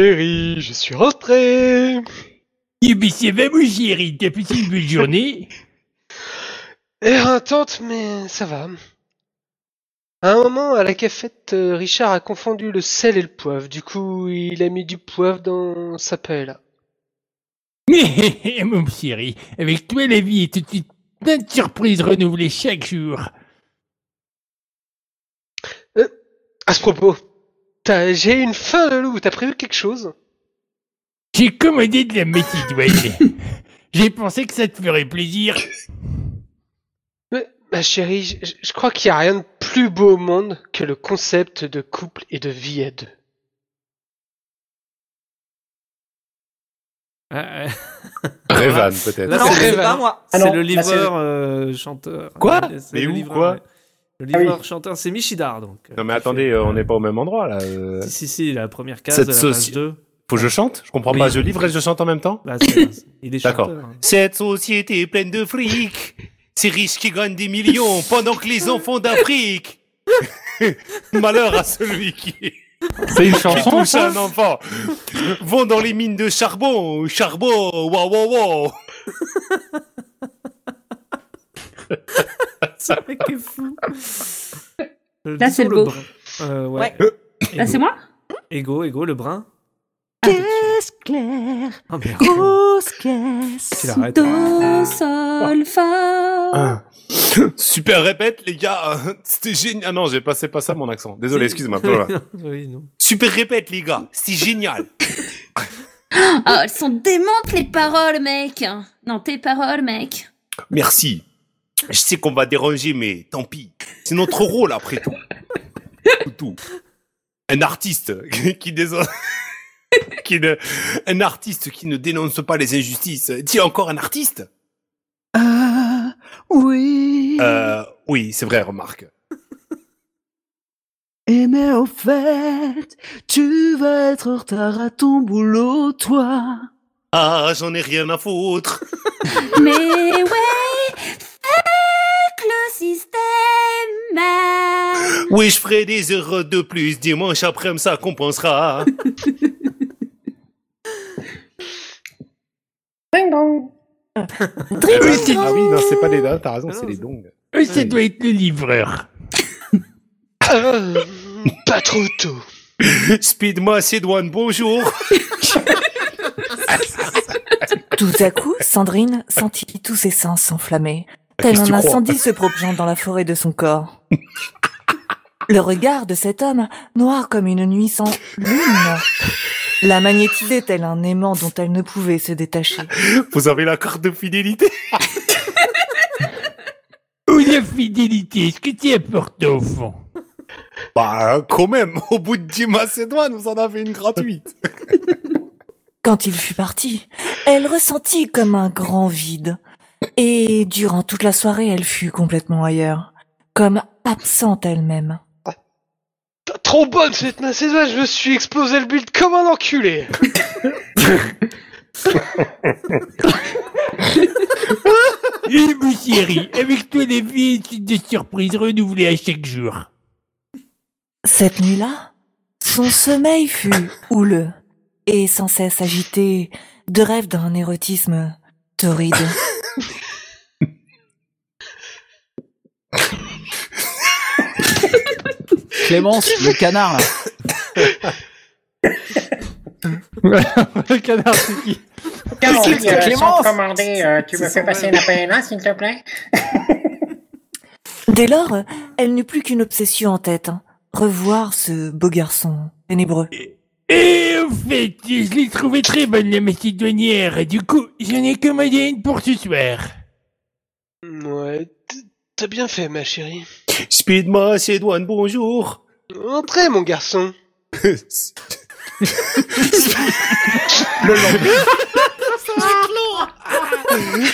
Chérie, je suis rentré. Eh ben, c'est vraiment chérie, t'as passé une bonne journée Éreintante, Eh, mais ça va. À un moment, à la cafette, euh, Richard a confondu le sel et le poivre. Du coup, il a mis du poivre dans sa paella. Mais, mon chéri, avec toi, la vie est une plein de surprises renouvelées chaque jour. Euh, À ce propos, t'as- j'ai une faim de loup. T'as prévu quelque chose J'ai commandé de la macédoine. J'ai pensé que ça te ferait plaisir. Ma chérie, je- je je crois qu'il n'y a rien de plus beau au monde que le concept de couple et de vie à deux. Ah, euh, Revan, peut-être. Non, C'est c'est Révan. pas moi. Ah non, C'est le là, c'est- livreur euh, chanteur. Quoi C'est Mais le où, livreur, quoi ouais. Le Ah oui. livreur chanteur, c'est Michidar donc. Non mais attendez, euh, on n'est pas au même endroit là. euh. Si, si, si, la première case Cette de la sauce- page 2. Faut que je chante Je comprends Oui. pas, je livre et je chante en même temps Bah, c'est- il est D'accord. chanteur. hein. Cette société est pleine de fric. Ces riches qui gagnent des millions pendant que les enfants d'Afrique. Malheur à celui qui, C'est une qui chanson, touche ça un enfant. Vont dans les mines de charbon. Charbon, waouh, waouh, waouh. Ce mec est fou. Euh, Là, c'est disons le beau. brun. Euh, ouais. Ouais. Là, c'est moi Ego, Ego, le brun. Qu'est-ce clair, Oh merde. grosse Tu caisse, l'arrêtes. do, sol, fa. Super répète, les gars. C'était génial. Ah non, j'ai passé pas ça mon accent. Désolé, excuse-moi. voilà. oui, non. Super répète, les gars. C'est génial. Ah, elles sont démentes les paroles, mec. Non, tes paroles, mec. Merci. Je sais qu'on va déranger, mais tant pis. C'est notre rôle, après tout. tout. Un artiste qui déso- qui ne... Un artiste qui ne dénonce pas les injustices. Dis encore un artiste Ah, oui. Euh, oui, c'est vrai, remarque. Et mais au fait, tu vas être en retard à ton boulot, toi. Ah, j'en ai rien à foutre. Mais ouais, fuck le système. Oui, je ferai des heures de plus. Dimanche après-midi, ça compensera. ah oui, non, c'est pas les dates, t'as Ah raison, c'est les dons. Euh, Ça doit être le livreur. Euh, pas trop tôt. Speed Macédoine, bonjour. Tout à coup, Sandrine sentit tous ses sens s'enflammer, tel Ah, qu'est-ce que tu un crois incendie se propageant dans la forêt de son corps. Le regard de cet homme, noir comme une nuit sans lune, la magnétisait tel un aimant dont elle ne pouvait se détacher. Vous avez la carte de fidélité Ou la fidélité, est-ce que tu apportes au fond Bah, quand même, au bout de 10 Macédoines, vous en avez une gratuite. Quand il fut parti, elle ressentit comme un grand vide. Et durant toute la soirée, elle fut complètement ailleurs, comme absente elle-même. T'as trop bonne cette macédoine, je me suis explosé le build comme un enculé. Eh, mon chéri, avec toi, la vie est une des surprises renouvelées à chaque jour. Cette nuit-là, son sommeil fut houleux et sans cesse agité de rêves d'un érotisme torride. Clémence, le canard, là. le canard, c'est qui Clémence, c'est Clémence. sans commander, euh, tu me fais passer la paella, hein, s'il te plaît Dès lors, elle n'eut plus qu'une obsession en tête, hein, revoir ce beau garçon ténébreux. Et au fait, je l'ai trouvée très bonne, la macédoinière. Du coup, j'en ai commandé une pour ce soir. Ouais, t- t'as bien fait, ma chérie. Speed Macédoine, bonjour. Entrez, mon garçon.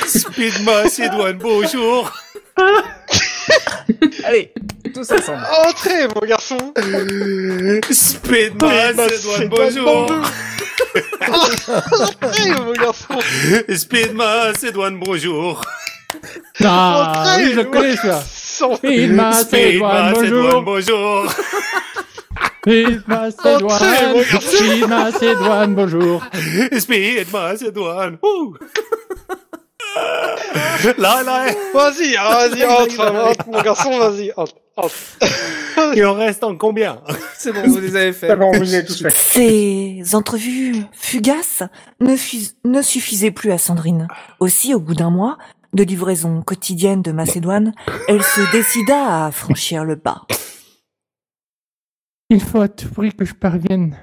Speed Macédoine, bonjour. Allez, tous ensemble. Entrez, mon garçon. Speed Macédoine, bonjour. Entrez, mon garçon. Speed Macédoine, bonjour. Ah, Entrez, oui, je mon connais ça. garçon. Speed Speed Macédoine, Macédoine, bonjour. bonjour. Suisse, Macédoine, Suisse, Macédoine, bonjour. Speed, Macédoine. Ouh. Là, là, hein. Vas-y, hein, vas-y, entre, entre, mon garçon, vas-y, entre, entre. il en reste en combien C'est bon, vous les avez fait. C'est bon, vous y êtes tous fait. Ces entrevues fugaces ne, fus- ne suffisaient plus à Sandrine. Aussi, au bout d'un mois de livraison quotidienne de Macédoine, elle se décida à franchir le pas. Il faut à tout prix que je parvienne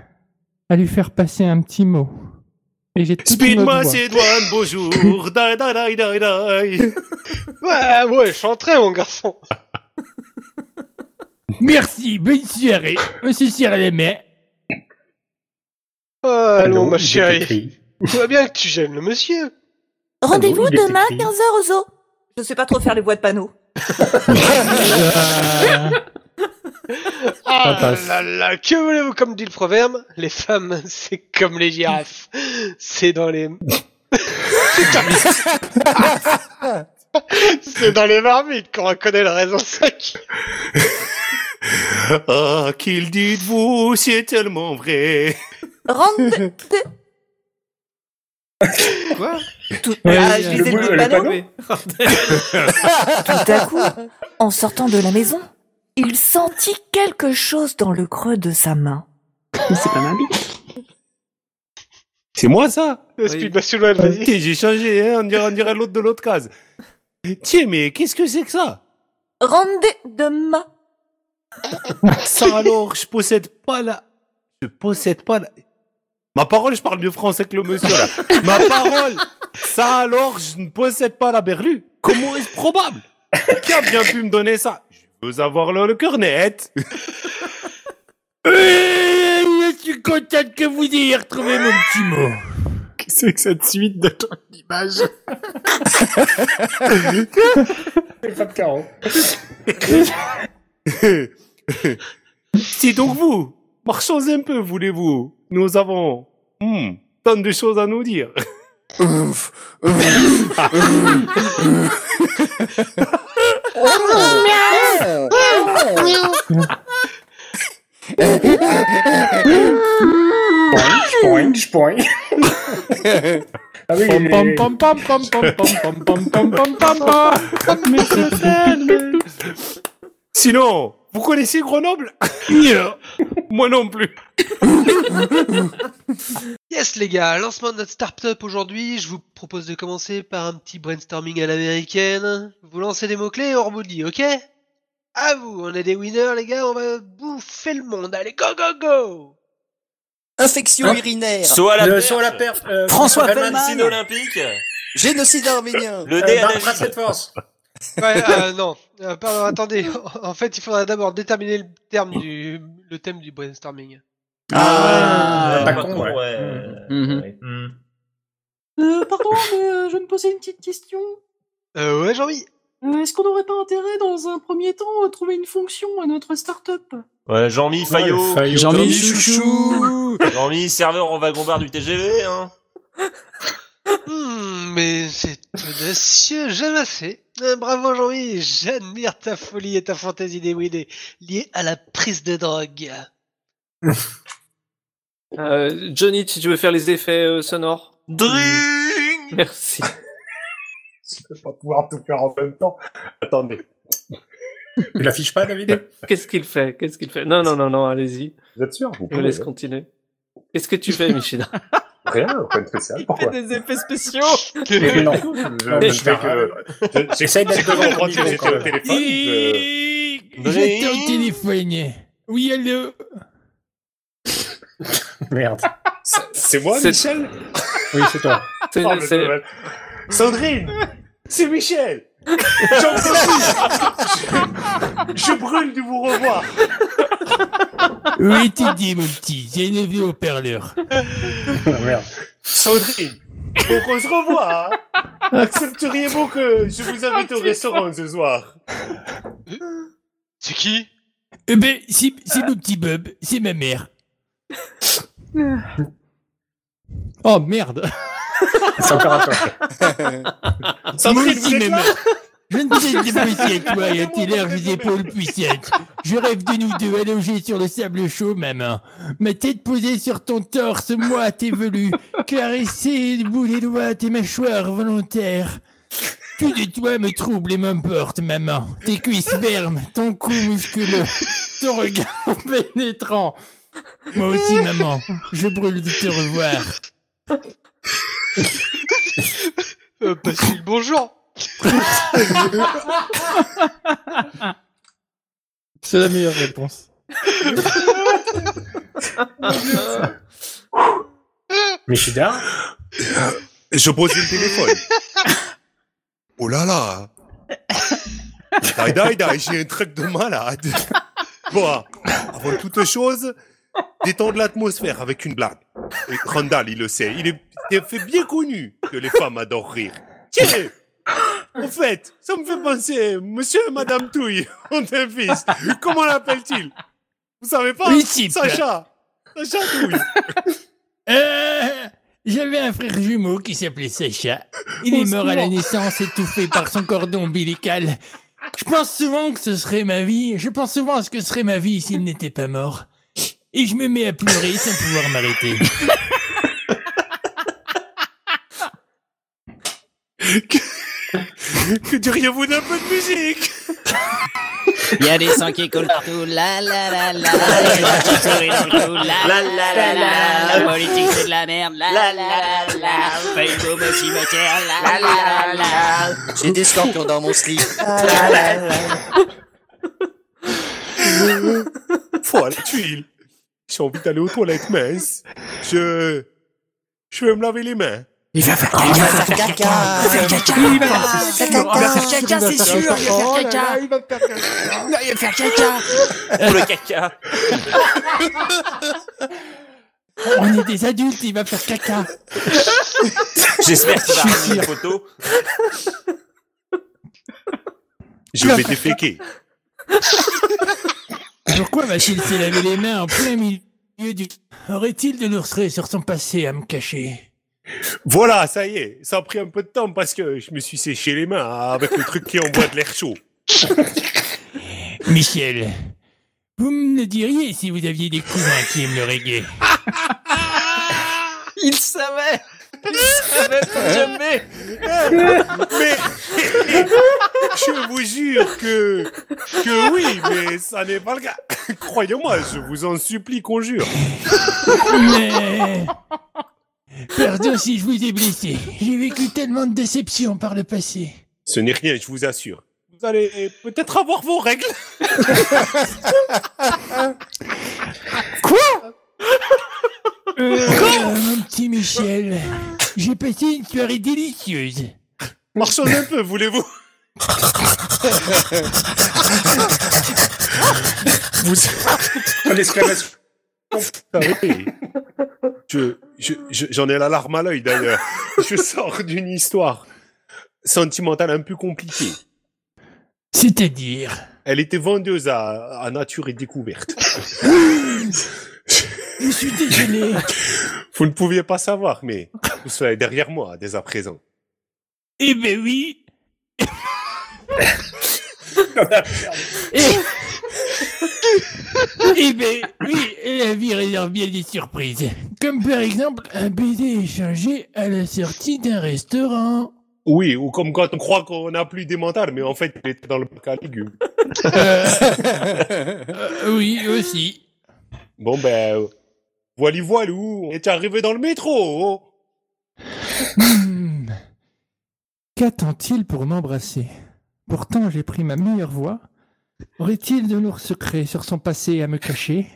à lui faire passer un petit mot. Et j'ai tout Speed, une autre voix. Macédoine, bonjour. Da, da, da, da, da. Ouais, ouais, je chanterai, mon garçon. Merci, bonne soirée. Monsieur Cyril Aimé. Allons, Allô, ma il est chérie. écrit. Tu vois bien que tu gênes le monsieur. Rendez-vous Ah, il est demain écrit. 15h au zoo. Je sais pas trop faire les voix de panneau. Euh, Ah passe. là là, que voulez-vous comme dit le proverbe Les femmes, c'est comme les girafes. C'est dans les... c'est dans les... c'est dans les marmites qu'on reconnaît le raisin sec. Ah, qu'il dites-vous, c'est tellement vrai. Rendez... Quoi Tout... Oui, Ah, je Le lisais boule- le le panneau. panneau. Tout à coup, en sortant de la maison, il sentit quelque chose dans le creux de sa main. C'est pas ma bite. C'est moi, ça Le Oui. speed Bassoulman, vas-y. Tiens, j'ai changé, hein, on dirait, on dirait l'autre de l'autre case. Tiens, mais qu'est-ce que c'est que ça Rendez demain. Ça alors, je possède pas la... Je possède pas la... Ma parole, je parle mieux français que le monsieur, là. Ma parole Ça alors, je ne possède pas la berlue. Comment est-ce probable Qui a bien pu me donner ça Je veux avoir le, le cœur net. Euh, Je suis contente que vous ayez retrouvé mon petit mot. Qu'est-ce que cette suite de ton image C'est Fab Caro. C'est donc vous. Marchons un peu, voulez-vous Nous avons... hmm, tant de choses à nous dire. Point, point. Ah oui, Pom il pom est- pom pom pom pom pom pom pom pom pom pom. Mais c'est elle. Sinon, vous connaissez Grenoble Moi non plus. Yes les gars, lancement de notre start-up aujourd'hui, je vous propose de commencer par un petit brainstorming à l'américaine. Vous lancez des mots-clés et on rebondit, ok À vous, on est des winners les gars, on va bouffer le monde, allez go go go Infection Hein urinaire. Soit la Le paix, saut à la perte. euh, François Feldman. Feldman. médecine olympique, Génocide arménien. le Euh, dé à Bar- la vie. bracelet de force. Ouais, euh, non, Euh, pardon, attendez, en fait il faudra d'abord déterminer le, terme du... le thème du brainstorming. Ah, Ah, pas pas con, con, ouais. Mm. ouais. Mm-hmm. Mhm. Ouais. Euh, pardon, mais euh, je me posais une petite question. Euh ouais Jean-Mi Euh, Est-ce qu'on n'aurait pas intérêt, dans un premier temps, à trouver une fonction à notre start-up Ouais, Jean-Mi Fayot, Jean-Mi Chouchou. Jean-Mi serveur en wagon bar du TGV, hein. Hmm, mais c'est audacieux, j'aime assez. Euh, Bravo Jean-Mi, j'admire ta folie et ta fantaisie débridée, liée à la prise de drogue. Euh, Johnny, si tu veux faire les effets euh, sonores. Drink Merci. Je vais pas pouvoir tout faire en même temps. Attendez. Tu l'affiches pas, David Qu'est-ce qu'il fait Qu'est-ce qu'il fait Non, non, non, non, allez-y. Vous êtes sûr Vous Je vous laisse continuer. Qu'est-ce que tu fais, Michida rien, quoi de spécial. des effets spéciaux. Mais non, je euh, ne fais J'essaie d'être devant le micro, j'étais quand au même. téléphone. je- J'étais au téléphone. Oui, allô. Merde. C'est- C'est moi, C'est- Michel Oui, c'est toi. C'est- Oh, le c'est- dommage. Sandrine C'est Michel J'en peux plus. je... je brûle de vous revoir Oui, tu dis, mon petit. J'ai une vue au perleur. Ah, Merde. Sandrine Faut qu'on se revoie hein. Accepteriez-vous que je vous invite au restaurant ce soir C'est qui Eh ben, c'est c'est mon petit Bob. C'est ma mère. Oh merde. Oh, C'est encore à toi. Sandrine, vous êtes là Je ne sais des poussiettes, toi, et un petit large des épaules puissantes. Je rêve de nous deux allongés sur le sable chaud, ma main. Ma tête posée sur ton torse, moi, tes velus. Caresser le bout des doigts, tes mâchoires volontaires. Tout de toi me trouble et m'importe, ma main. Tes cuisses fermes, ton cou musculeux, ton regard pénétrant. Moi aussi, maman, je brûle de te revoir. Euh, passez le bonjour. C'est la meilleure réponse. Mais je suis d'accord. Je pose le téléphone. Oh là là. Dai, dai, dai, j'ai un truc de malade. Bon, avant toute chose, détendre l'atmosphère avec une blague. Et Randall, il le sait. Il est, il fait bien connu que les femmes adorent rire. Tiens, en fait, ça me fait penser, monsieur et madame Touille, ont un fils. Comment l'appelle-t-il Vous savez pas Oui, type. Sacha. Sacha Touille. Euh, J'avais un frère jumeau qui s'appelait Sacha. Il Au est mort à la secours. naissance, étouffé par son cordon ombilical. Je pense souvent que ce serait ma vie. Je pense souvent à ce que serait ma vie s'il n'était pas mort. Et je me mets à pleurer sans pouvoir m'arrêter. Que diriez-vous d'un peu de musique Il y a des sangs qui coulent partout, la la la la, la les gens qui sourient dans le cou, la la la la la, la politique c'est de la merde, la la la la, pas une bombe au cimetière, la la la la. J'ai des scorpions dans mon slip. Voilà, tuile. J'ai envie d'aller aux toilettes, mince. Je. Je vais me laver les mains. Ah, Il va faire caca, Il va faire caca. Il va faire caca. Il va faire caca, c'est sûr. Il va faire caca. Il va faire Non, il va faire caca. Pour le caca. On est des adultes, il va faire caca. J'espère qu'il va Je suis ramener une sûr. photo. Je vais déféquer. Pourquoi va-t-il se laver les mains en plein milieu du... Aurait-il de l'orserie sur son passé à me cacher Voilà, ça y est. Ça a pris un peu de temps parce que je me suis séché les mains avec le truc qui envoie de l'air chaud. Michel, vous me le diriez si vous aviez des cousins qui aiment le reggae. Il savait. Il savait pas jamais. Mais je vous jure que que oui, mais ça n'est pas le cas. Croyez-moi, je vous en supplie, conjure. Mais... Pardon si je vous ai blessé. J'ai vécu tellement de déceptions par le passé. Ce n'est rien, je vous assure. Vous allez peut-être avoir vos règles. Quoi Euh, Mon petit Michel, j'ai passé une soirée délicieuse. Marchons un peu, voulez-vous Vous L'exclamation. Arrêtez. Ah Je, je, je- j'en ai la larme à l'œil d'ailleurs. Je sors d'une histoire sentimentale un peu compliquée. C'est-à-dire Elle était vendeuse à, à Nature et Découverte. Je suis désolé. Vous ne pouviez pas savoir, mais vous soyez derrière moi dès à présent. Eh ben oui. Eh Eh ben oui, la vie réserve bien des surprises. Comme par exemple un baiser échangé à la sortie d'un restaurant. Oui, ou comme quand on croit qu'on n'a plus des mentales, mais en fait, il était dans le bac à légumes. Euh, oui, aussi. Bon, ben, voili voilou, on est arrivé dans le métro. oh. Hmm. Qu'attend-il pour m'embrasser Pourtant, j'ai pris ma meilleure voix. Aurait-il de lourds secrets sur son passé à me cacher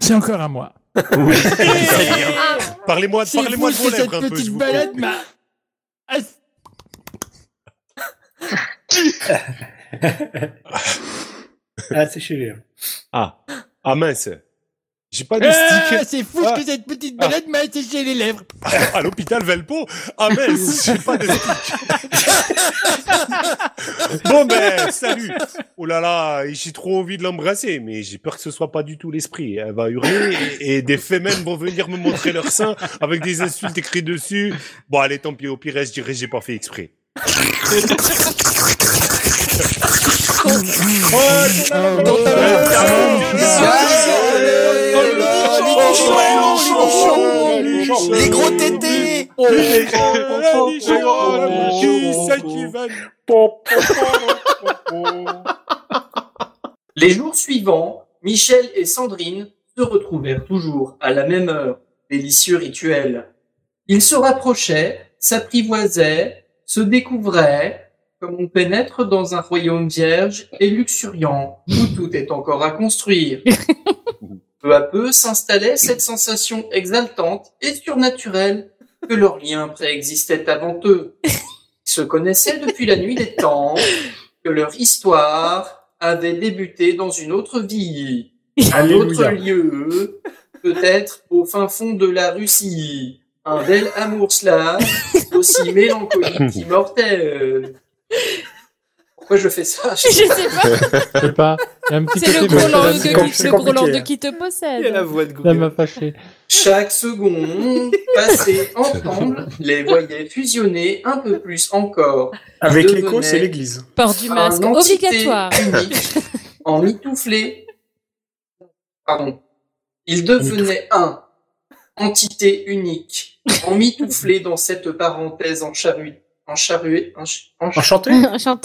C'est encore à moi. Oui, très bien. Parlez-moi, C'est parlez-moi de fou vos que lèvres un cette peu, je petite vous balade prie. m'a... Ah, c'est chez lui. Ah, ah mince. J'ai pas de Ah, stick. c'est fou ce que cette petite Ah. balade m'a asséché les lèvres. À l'hôpital Velpo Ah mais j'ai pas de stick. bon ben, salut. Oh là là, j'ai trop envie de l'embrasser, mais j'ai peur que ce soit pas du tout l'esprit. Elle va hurler et, et des femelles vont venir me montrer leur sein avec des insultes écrites dessus. Bon allez, tant pis, au pire, je dirais que j'ai pas fait exprès. Les gros tétés Les gros Les jours suivants, Michel et Sandrine se retrouvèrent toujours à la même heure, délicieux rituel. Ils se rapprochaient, s'apprivoisaient, se découvraient, comme on pénètre dans un royaume vierge et luxuriant, où tout est encore à construire. peu à peu s'installait cette sensation exaltante et surnaturelle que leur lien préexistait avant eux. Ils se connaissaient depuis la nuit des temps, que leur histoire avait débuté dans une autre vie, un autre Alléluia. lieu, peut-être au fin fond de la Russie, un bel amour slave, aussi mélancolique qu'immortel. Pourquoi je fais ça Je sais pas. Je sais pas. Il y a un petit C'est le côté gros Balade langue qui- de- le gros langue de qui te possède. hein. Ça m'a fâché. Chaque seconde passée ensemble les voyait fusionner un peu plus encore. Avec Devenaient l'écho, c'est l'église. Port du Hein. un masque entité obligatoire. unique, en mitouflé. Pardon. Ils devenaient un. Entité unique. En mitouflé dans cette parenthèse en charrue. En charrue. En, ch- en ch- Enchanté En cha-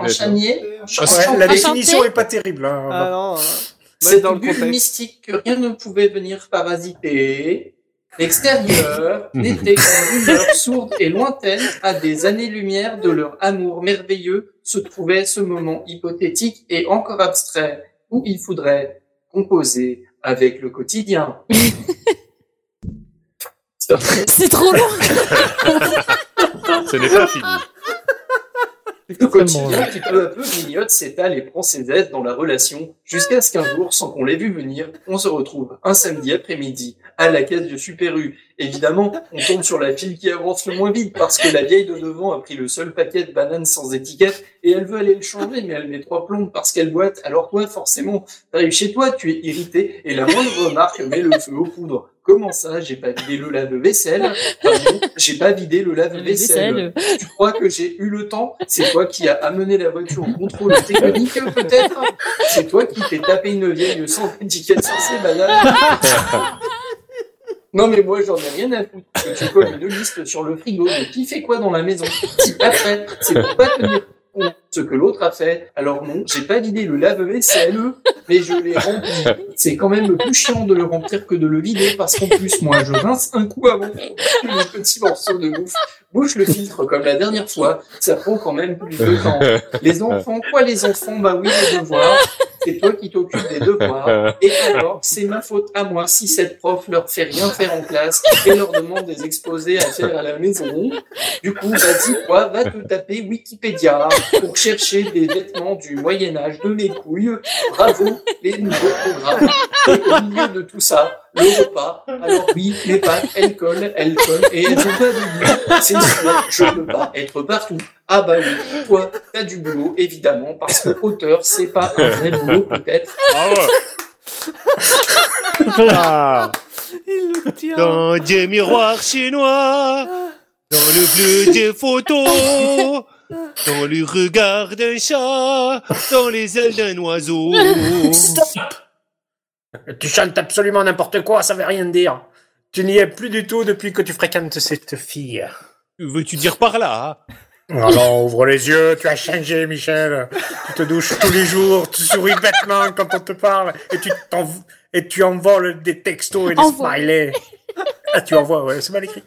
en chanier Ouais, La définition est pas terrible. hein. C'est dans le contexte. mystique que rien ne pouvait venir parasiter. L'extérieur n'était qu'une rumeur sourde et lointaine à des années-lumière de leur amour merveilleux se trouvait ce moment hypothétique et encore abstrait où il faudrait composer avec le quotidien. C'est trop long. Ce n'est pas fini. Le quotidien qui peu à peu grignote, s'étale et prend ses aides dans la relation, jusqu'à ce qu'un jour, sans qu'on l'ait vu venir, on se retrouve un samedi après-midi à la caisse de Super U. Évidemment, on tombe sur la fille qui avance le moins vite parce que la vieille de devant a pris le seul paquet de bananes sans étiquette et elle veut aller le changer, mais elle met trois plombes parce qu'elle boite. Alors toi, forcément, t'arrives chez toi, tu es irrité et la moindre remarque met le feu aux poudres. Comment ça, j'ai pas vidé le lave-vaisselle Pardon, j'ai pas vidé le lave-vaisselle. Tu crois que j'ai eu le temps C'est toi qui as amené la voiture au contrôle technique, peut-être C'est toi qui t'es tapé une vieille sans étiquette sur ses bananes non mais moi j'en ai rien à foutre. que Tu colles une liste sur le frigo de qui fait quoi dans la maison. Si après, c'est pour pas tenir compte de ce que l'autre a fait. Alors non, j'ai pas l'idée le lave-vaisselle, mais je l'ai rempli. C'est quand même plus chiant de le remplir que de le vider parce qu'en plus moi je rince un coup avant le petit morceau de bouffe. Bouche le filtre comme la dernière fois. Ça prend quand même plus de temps. Les enfants, quoi les enfants Bah oui les devoirs. C'est toi qui t'occupes des devoirs. Et alors, c'est ma faute à moi si cette prof leur fait rien faire en classe et leur demande des exposés à faire à la maison. Du coup, vas-y, quoi, va te taper Wikipédia pour chercher des vêtements du Moyen-Âge de mes couilles. Bravo, les nouveaux programmes. Et au milieu de tout ça, le repas. Alors oui, les pâtes, elles collent, elles collent et elles ont pas de goût. C'est sûr, je peux pas être partout. Ah bah oui, toi, t'as du boulot, évidemment, parce que auteur, c'est pas un vrai boulot, peut-être. Ah. Dans des miroirs chinois, dans le bleu des photos, dans le regard d'un chat, dans les ailes d'un oiseau. Tu chantes absolument n'importe quoi, ça veut rien dire. Tu n'y es plus du tout depuis que tu fréquentes cette fille. Veux-tu dire par là hein? Alors, ouvre les yeux, tu as changé, Michel. Tu te douches tous les jours, Oh, tu souris bêtement quand on te parle, et tu, t'env- et tu envoles des textos et des Envoie. smileys. Ah, tu envoies, ouais, c'est mal écrit.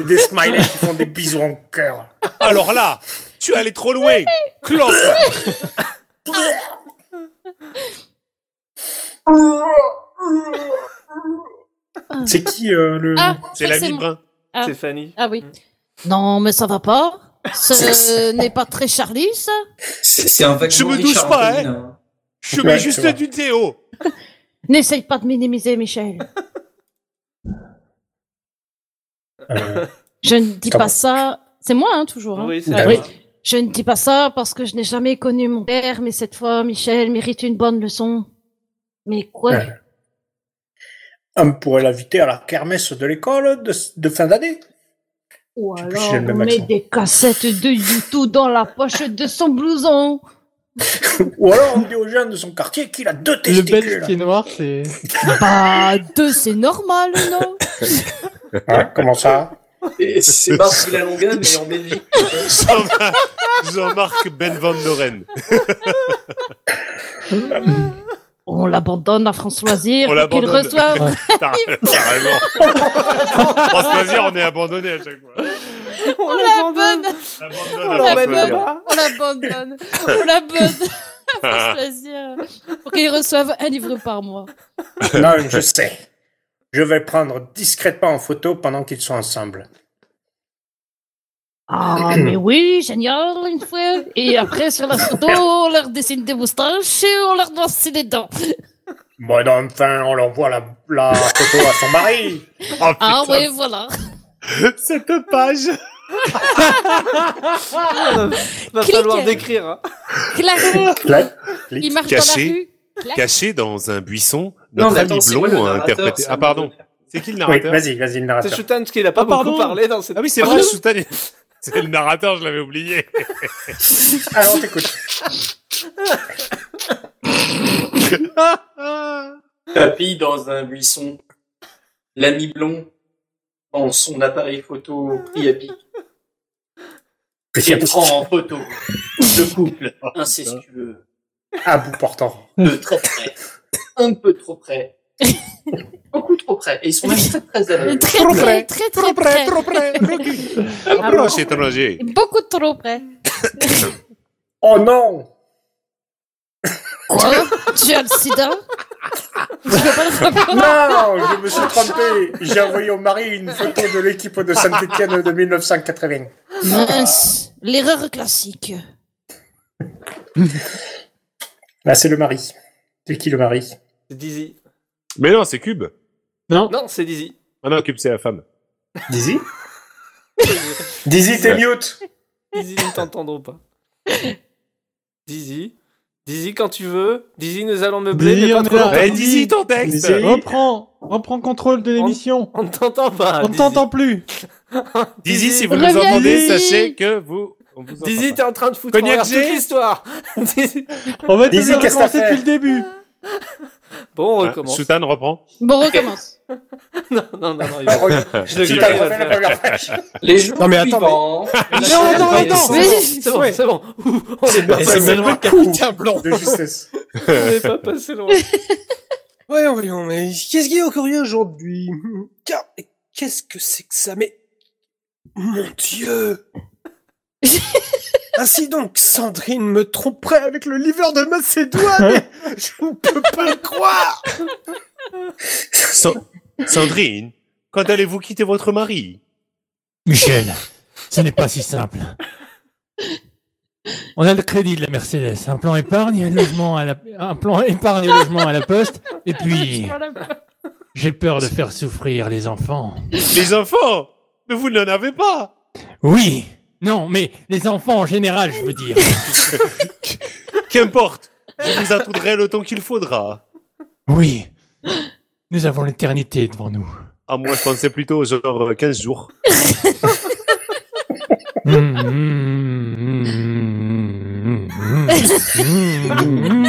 des smileys qui font des bisous en cœur. Alors là, tu es allé trop loin. Clope C'est qui euh, le. Ah, C'est la c'est vibre, moi. hein. Ah. C'est Fanny. Ah oui. Non, mais ça va pas. Ce n'est pas très Charlie, ça. C'est un Je me douche pas, hein. Je mets juste du théo. N'essaye pas de minimiser, Michel. Je ne dis Ah pas bon. ça. C'est moi, hein, toujours. hein. Oui, c'est Ah Oui. toi. Je ne dis pas ça parce que je n'ai jamais connu mon père, mais cette fois, Michel mérite une bonne leçon. Mais quoi Ouais. On pourrait l'inviter à la kermesse de l'école de, de fin d'année. Ou j'ai alors, le on même met accent. des cassettes de YouTube dans la poche de son blouson. Ou alors on dit aux jeunes de son quartier qu'il a deux Le testicules. belge qui est noir, c'est. Bah, deux, c'est normal, non Hein, comment ça Et C'est Marc Villalonga, mais en Belgique. Jean-Marc Jean-Marc Ben Van Doren. On l'abandonne à Françoisir On pour qu'il l'abandonne. reçoive. Tar- Carrément. On se plaisir, on est abandonné à chaque fois. On l'abandonne. On l'abandonne. On l'abandonne. On l'abandonne. Ah. Françoisir, Pour qu'il reçoive un livre par mois. Non, je sais. Je vais le prendre discrètement en photo pendant qu'ils sont ensemble. Ah, mais oui, génial, une fois. Et après, sur la photo, on leur dessine des moustaches et on leur noircit les dents. Bon, non, enfin, on l'envoie la, la photo à son mari. ah, oui, voilà. Oh, Cette page. Va falloir décrire. hein. Clac. Clac. Il marche Caché. dans la rue. Clac. Caché dans un buisson, Non, notre mais ami attends, c'est quoi blond le a narrateur, interprété. ça Ah, me pardon. C'est qui le Oui, narrateur vas-y, vas-y, le C'est narrateur. Shoutan qui n'a pas Ah, pardon. beaucoup parlé dans cette. Ah oui, c'est vrai, Soutan est- C'est le narrateur, je l'avais oublié. Ah, Ah, Alors, t'écoutes. Papy dans un buisson. L'ami blond dans son appareil photo pris à pic. Et prend en photo le couple incestueux À Ah, bout portant. de très près. Un peu trop près. Beaucoup trop près. Et ils sont même très très à l'aise. Très, très, très, très, près. Trop près, Approche étranger. Beaucoup trop près. Oh non Quoi Tu as le sida Non, je me suis trompé. J'ai envoyé au mari une photo de l'équipe de Saint-Etienne de 1980. Mince, l'erreur classique. Là, c'est le mari. C'est qui le mari C'est Dizzy. Mais non, c'est Cube. Non. Non, c'est Dizzy. Ah non, Cube, c'est la femme. Dizzy Dizzy, t'es mute Dizzy, nous t'entendrons pas. Dizzy. Dizzy, quand tu veux. Dizzy, nous allons meubler. Dizzy, mais on pas est trop là. longtemps. Eh, Dizzy, ton texte. Reprends, reprends contrôle de l'émission. On ne t'entend pas. On ne t'entend plus. Dizzy, si vous Reviens, nous entendez, Dizzy. sachez que vous. on vous entend Dizzy, pas. t'es en train de foutre en Cognac l'air G toute l'histoire. Dizzy- On va te Dizzy, le qu'est-ce que t'as recommencer fait depuis le début. Bon, on Hein, recommence. Soutane reprend. Bon, on recommence. non, non, non, non. il va- Je le Tu grille, t'as il va refait faire. la première page. Les jours Non, mais attends, suivants. Mais on attend, attends. C'est bon, c'est bon, c'est bon. Ouh, On est pas C'est passé même loin. pas quelqu'un blanc. De justesse. On est pas passé loin. Ouais, voyons, mais qu'est-ce qui est au courrier aujourd'hui Car- Qu'est-ce que c'est que ça Mais... Mon Dieu Ainsi donc, Sandrine me tromperait avec le livreur de Macédoine mais Je ne peux pas le croire Sa- Sandrine, quand allez-vous quitter votre mari Michel, ce n'est pas si simple. On a le crédit de la Mercedes, un plan épargne, logement à la, un plan épargne logement à la poste, et puis j'ai peur de faire souffrir les enfants. Les enfants Mais vous n'en avez pas Oui, non, mais les enfants en général, je veux dire. Qu'importe Je vous attendrai le temps qu'il faudra. Oui, nous avons l'éternité devant nous. Ah, moi, je pensais plutôt genre euh, 15 jours.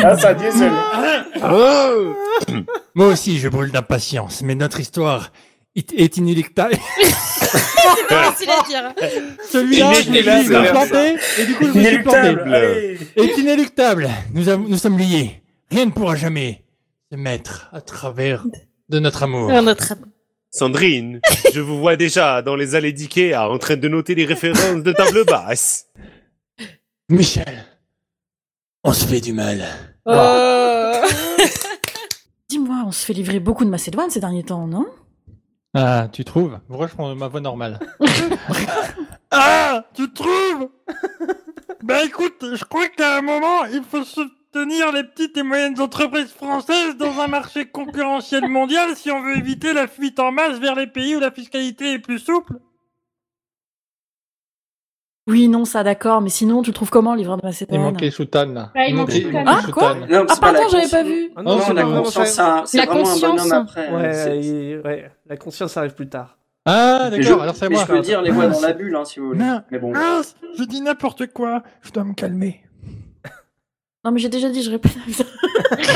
Ah, ça, diesel. Oh. Moi aussi, je brûle d'impatience, mais notre histoire est- est inéluctable. Facile à dire. Celui-là, je l'ai- je l'ai Inéluctable. planté, et du coup, je me suis planté. Inéluctable. allez. Est inéluctable. Nous, avons- nous sommes liés. Rien ne pourra jamais se mettre à travers de notre amour. Un autre. Sandrine, je vous vois déjà dans les allées d'Ikea en train de noter les références de table basse. Michel, on se fait du mal. Euh. Dis-moi, on se fait livrer beaucoup de Macédoine ces derniers temps, non Ah, tu trouves Pourquoi je prends ma voix normale Bah, Ah, tu trouves Ben écoute, je crois qu'à un moment, il faut se tenir les petites et moyennes entreprises françaises dans un marché concurrentiel mondial si on veut éviter la fuite en masse vers les pays où la fiscalité est plus souple Oui, non, ça d'accord, mais sinon, tu le trouves comment, le livreur de Il Macédoine manque les soutanes, là. Bah, Bah, Ah, il manque les soutanes. Ah, quoi soutanes. Ah, pardon, j'avais pas vu. Ah non, Non, c'est la bon, conscience, c'est- ça- c'est La vraiment un bonhomme conscience. après. hein, hein. Ouais, C'est- ouais, la conscience arrive plus tard. Ah, Mais d'accord, je- alors c'est mais moi. Je peux dire les voix dans la Mince. bulle, hein, si vous voulez. Non. Mais bon. Ah, Mince, je dis n'importe quoi, je dois me calmer. Non, mais j'ai déjà dit, je répète.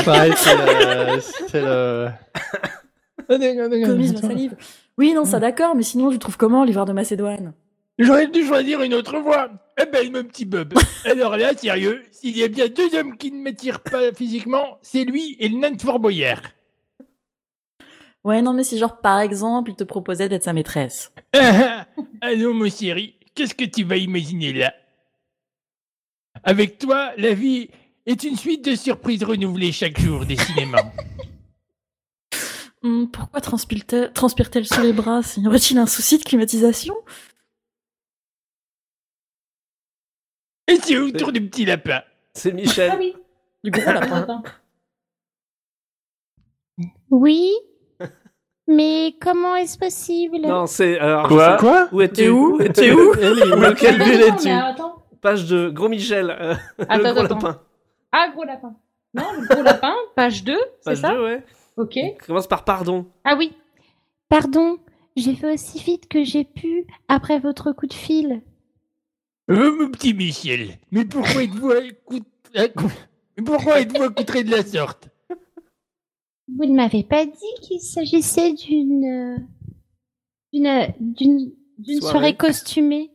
Pareil, c'est le- c'est le... Commise ma salive. Oui, non, ça d'accord, mais sinon, tu le trouves comment, le livreur de Macédoine J'aurais dû choisir une autre voie. Eh ben, mon petit Bob. Alors là, sérieux, s'il y a bien deux hommes qui ne m'attirent pas physiquement, c'est lui et le nain de Fort Boyard. Ouais, non, mais si, genre, par exemple, il te proposait d'être sa maîtresse. Ah, ah, allons, mon chéri, qu'est-ce que tu vas imaginer là Avec toi, la vie est une suite de surprises renouvelées chaque jour, décidément. Hum, pourquoi transpire-t-elle transpire-t-elle sous les bras Y aurait-il un souci de climatisation Et c'est autour du petit lapin. C'est Michel. Du gros lapin. Oui, mais comment est-ce possible Non, c'est. alors, je Quoi sais- Quoi Où es-tu T'es où T'es où Elle est où Mais Lequel attends, ville mais es-tu attends. Page de Gros Michel. euh, le Attends, gros attends. lapin. Ah, gros lapin. Non, le gros lapin, page 2, c'est Page ça 2, ouais. Ok. Commence par pardon. Ah oui. Pardon, j'ai fait aussi vite que j'ai pu après votre coup de fil. Oh, mon petit Michel, mais pourquoi êtes-vous à écout- à cou- mais pourquoi êtes-vous accoutré de la sorte Vous ne m'avez pas dit qu'il s'agissait d'une euh, d'une euh, d'une d'une Soirée. soirée costumée.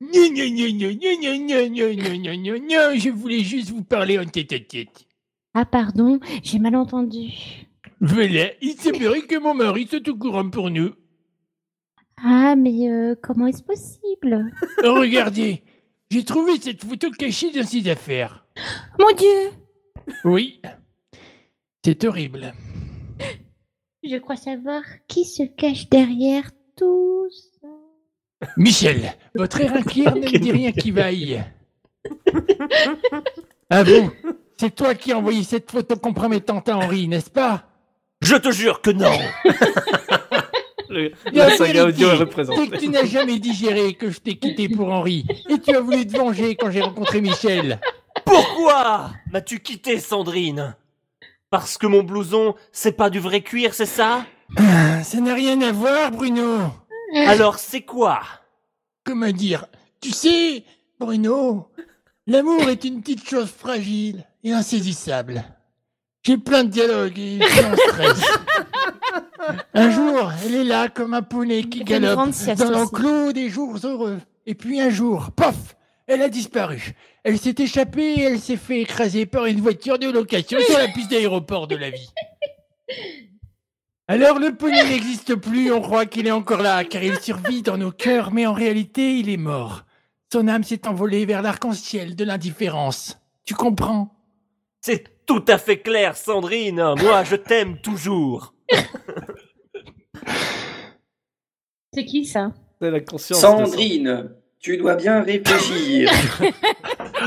Non, non, non, non, non, non, non, non, non, non, non, non, je voulais juste vous parler en tête à tête. Ah pardon, j'ai mal entendu. Voilà, il semblerait que mon mari soit au courant pour nous. Ah mais euh, comment est-ce possible Oh, regardez, j'ai trouvé cette photo cachée dans ses affaires. Mon Dieu, Oui, c'est horrible. je crois savoir qui se cache derrière tous. Michel, votre air inquiet ne me dit rien qui vaille. Ah bon C'est toi qui as envoyé cette photo compromettante à Henri, n'est-ce pas Je te jure que non Le, La la saga vérité, audio est c'est que tu représentée. n'as jamais digéré que je t'ai quitté pour Henri, et tu as voulu te venger quand j'ai rencontré Michel. Pourquoi m'as-tu quitté, Sandrine Parce que mon blouson, c'est pas du vrai cuir, c'est ça Ah, Ça n'a rien à voir, Bruno. Alors c'est quoi Comment dire Tu sais, Bruno, l'amour est une petite chose fragile et insaisissable. J'ai plein de dialogues et je suis en stress. Un jour, elle est là comme un poney qui Elle fait une galope grande sieste dans aussi. l'enclos des jours heureux. Et puis un jour, paf, elle a disparu. Elle s'est échappée et elle s'est fait écraser par une voiture de location sur la piste d'aéroport de la vie. Alors le poney n'existe plus, on croit qu'il est encore là, car il survit dans nos cœurs, mais en réalité il est mort. Son âme s'est envolée vers l'arc-en-ciel de l'indifférence. Tu comprends C'est tout à fait clair, Sandrine. Moi, je t'aime toujours. C'est qui ça C'est la conscience. de Sandrine, tu dois bien réfléchir.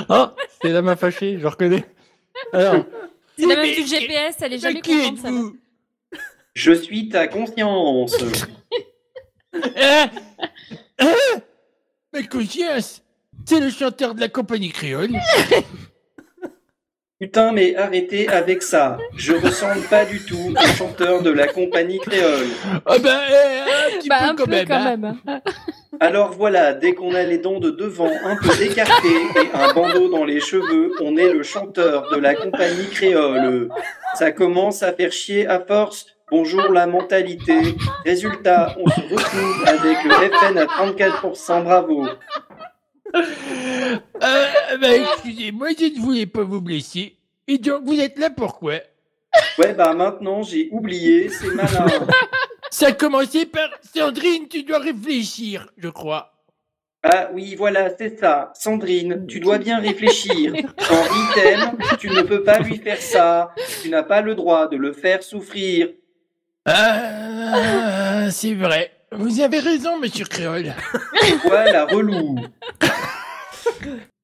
Oh, c'est la main fâchée, je reconnais. Alors, C'est la même du GPS, elle est jamais contente, ça. Je suis ta conscience. Hein Hein Mais conscience C'est le chanteur de la compagnie créole Putain, mais arrêtez avec ça. Je ressemble pas du tout au chanteur de la compagnie créole. Ah ben, eh, un petit Bah, peu un quand peu même. quand hein. même. Alors voilà, dès qu'on a les dents de devant un peu écartées et un bandeau dans les cheveux, on est le chanteur de la compagnie créole. Ça commence à faire chier à force. Bonjour la mentalité. Résultat, on se retrouve avec le FN à 34%, bravo. Euh, bah, excusez-moi, je ne voulais pas vous blesser. Et donc, vous êtes là pourquoi Ouais, bah maintenant j'ai oublié, c'est malin. Ça a commencé par Sandrine, tu dois réfléchir, je crois. Ah oui, voilà, c'est ça. Sandrine, tu dois bien réfléchir. Henri t'aime, tu ne peux pas lui faire ça. Tu n'as pas le droit de le faire souffrir. Ah, c'est vrai. Vous avez raison, monsieur Créole. Voilà, relou.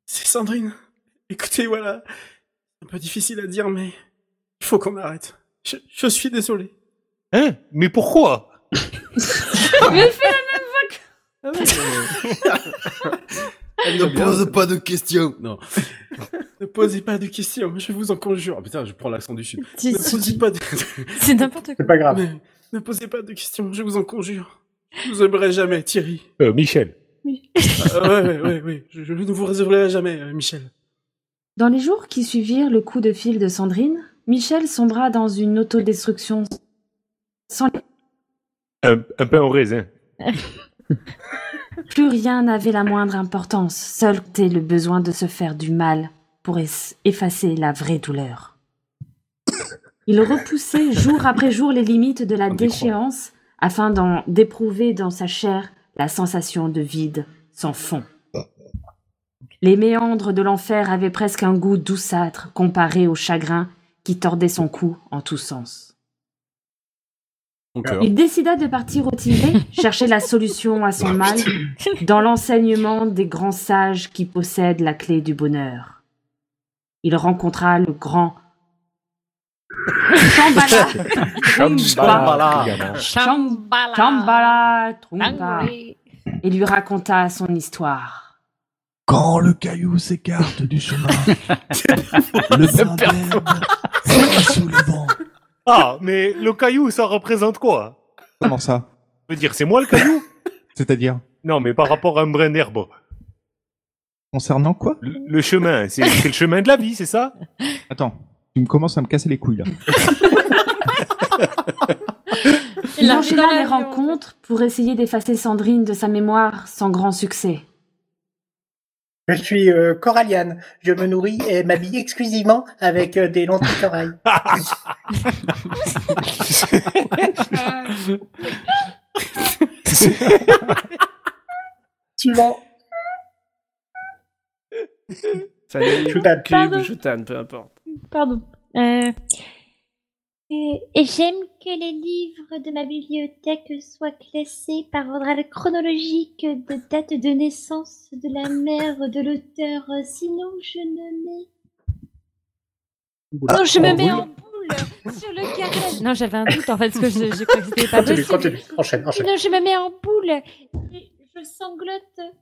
C'est Sandrine. Écoutez, voilà. un peu difficile à dire, mais il faut qu'on arrête. Je, je suis désolé. Hein Mais pourquoi Mais fais la même voix Ne pose pas de questions. Non. ne posez pas de questions, je vous en conjure. Ah, putain, je prends l'accent du sud. Si, ne si, posez si. pas de... C'est n'importe quoi. C'est pas grave. Ne posez pas de questions, je vous en conjure. Je vous aimerai jamais, Thierry. Euh, Michel. Euh, Ah, ouais, ouais, ouais, ouais. Je, je ne vous réserverai jamais, euh, Michel. Dans les jours qui suivirent le coup de fil de Sandrine, Michel sombra dans une autodestruction sans Un, un pain au raisin. Plus rien n'avait la moindre importance, seul était le besoin de se faire du mal pour es- effacer la vraie douleur. Il repoussait jour après jour les limites de la déchéance afin d'en- d'éprouver dans sa chair la sensation de vide sans fond. Les méandres de l'enfer avaient presque un goût douceâtre comparé au chagrin qui tordait son cou en tous sens. Il décida de partir au Tibet chercher la solution à son mal dans l'enseignement des grands sages qui possèdent la clé du bonheur. Il rencontra le grand Shambhala. Shambhala. Shambhala. Shambhala Trungpa. Angry. Et lui raconta son histoire. Quand le caillou s'écarte du chemin, le brin d'herbe s'envole sous le vent. Ah, mais le caillou, ça représente quoi Comment ça Je veux dire, c'est moi le caillou C'est-à-dire Non, mais par rapport à un brin d'herbe. Concernant quoi Le, le chemin, c'est c'est le chemin de la vie, c'est ça Attends, tu me commences à me casser les couilles là. Il enchaîna les rencontres pour essayer d'effacer Sandrine de sa mémoire sans grand succès. Je suis euh, coralliane. Je me nourris et m'habille exclusivement avec euh, des lentilles corail. Suivant. Ça y est, Je t'aime. cube, je t'aime, peu importe. Pardon. Euh, euh, et j'aime que les livres de ma bibliothèque soient classés par ordre chronologique de date de naissance de la mère de l'auteur. Sinon, je me mets. Ah, Non, Ah, je me mets oui. en boule sur le carrelage. Non, j'avais un doute en fait, parce que je- je crois que c'était pas Continue, possible. continue. Enchaîne, enchaîne. Sinon, je me mets en boule. et Je sanglote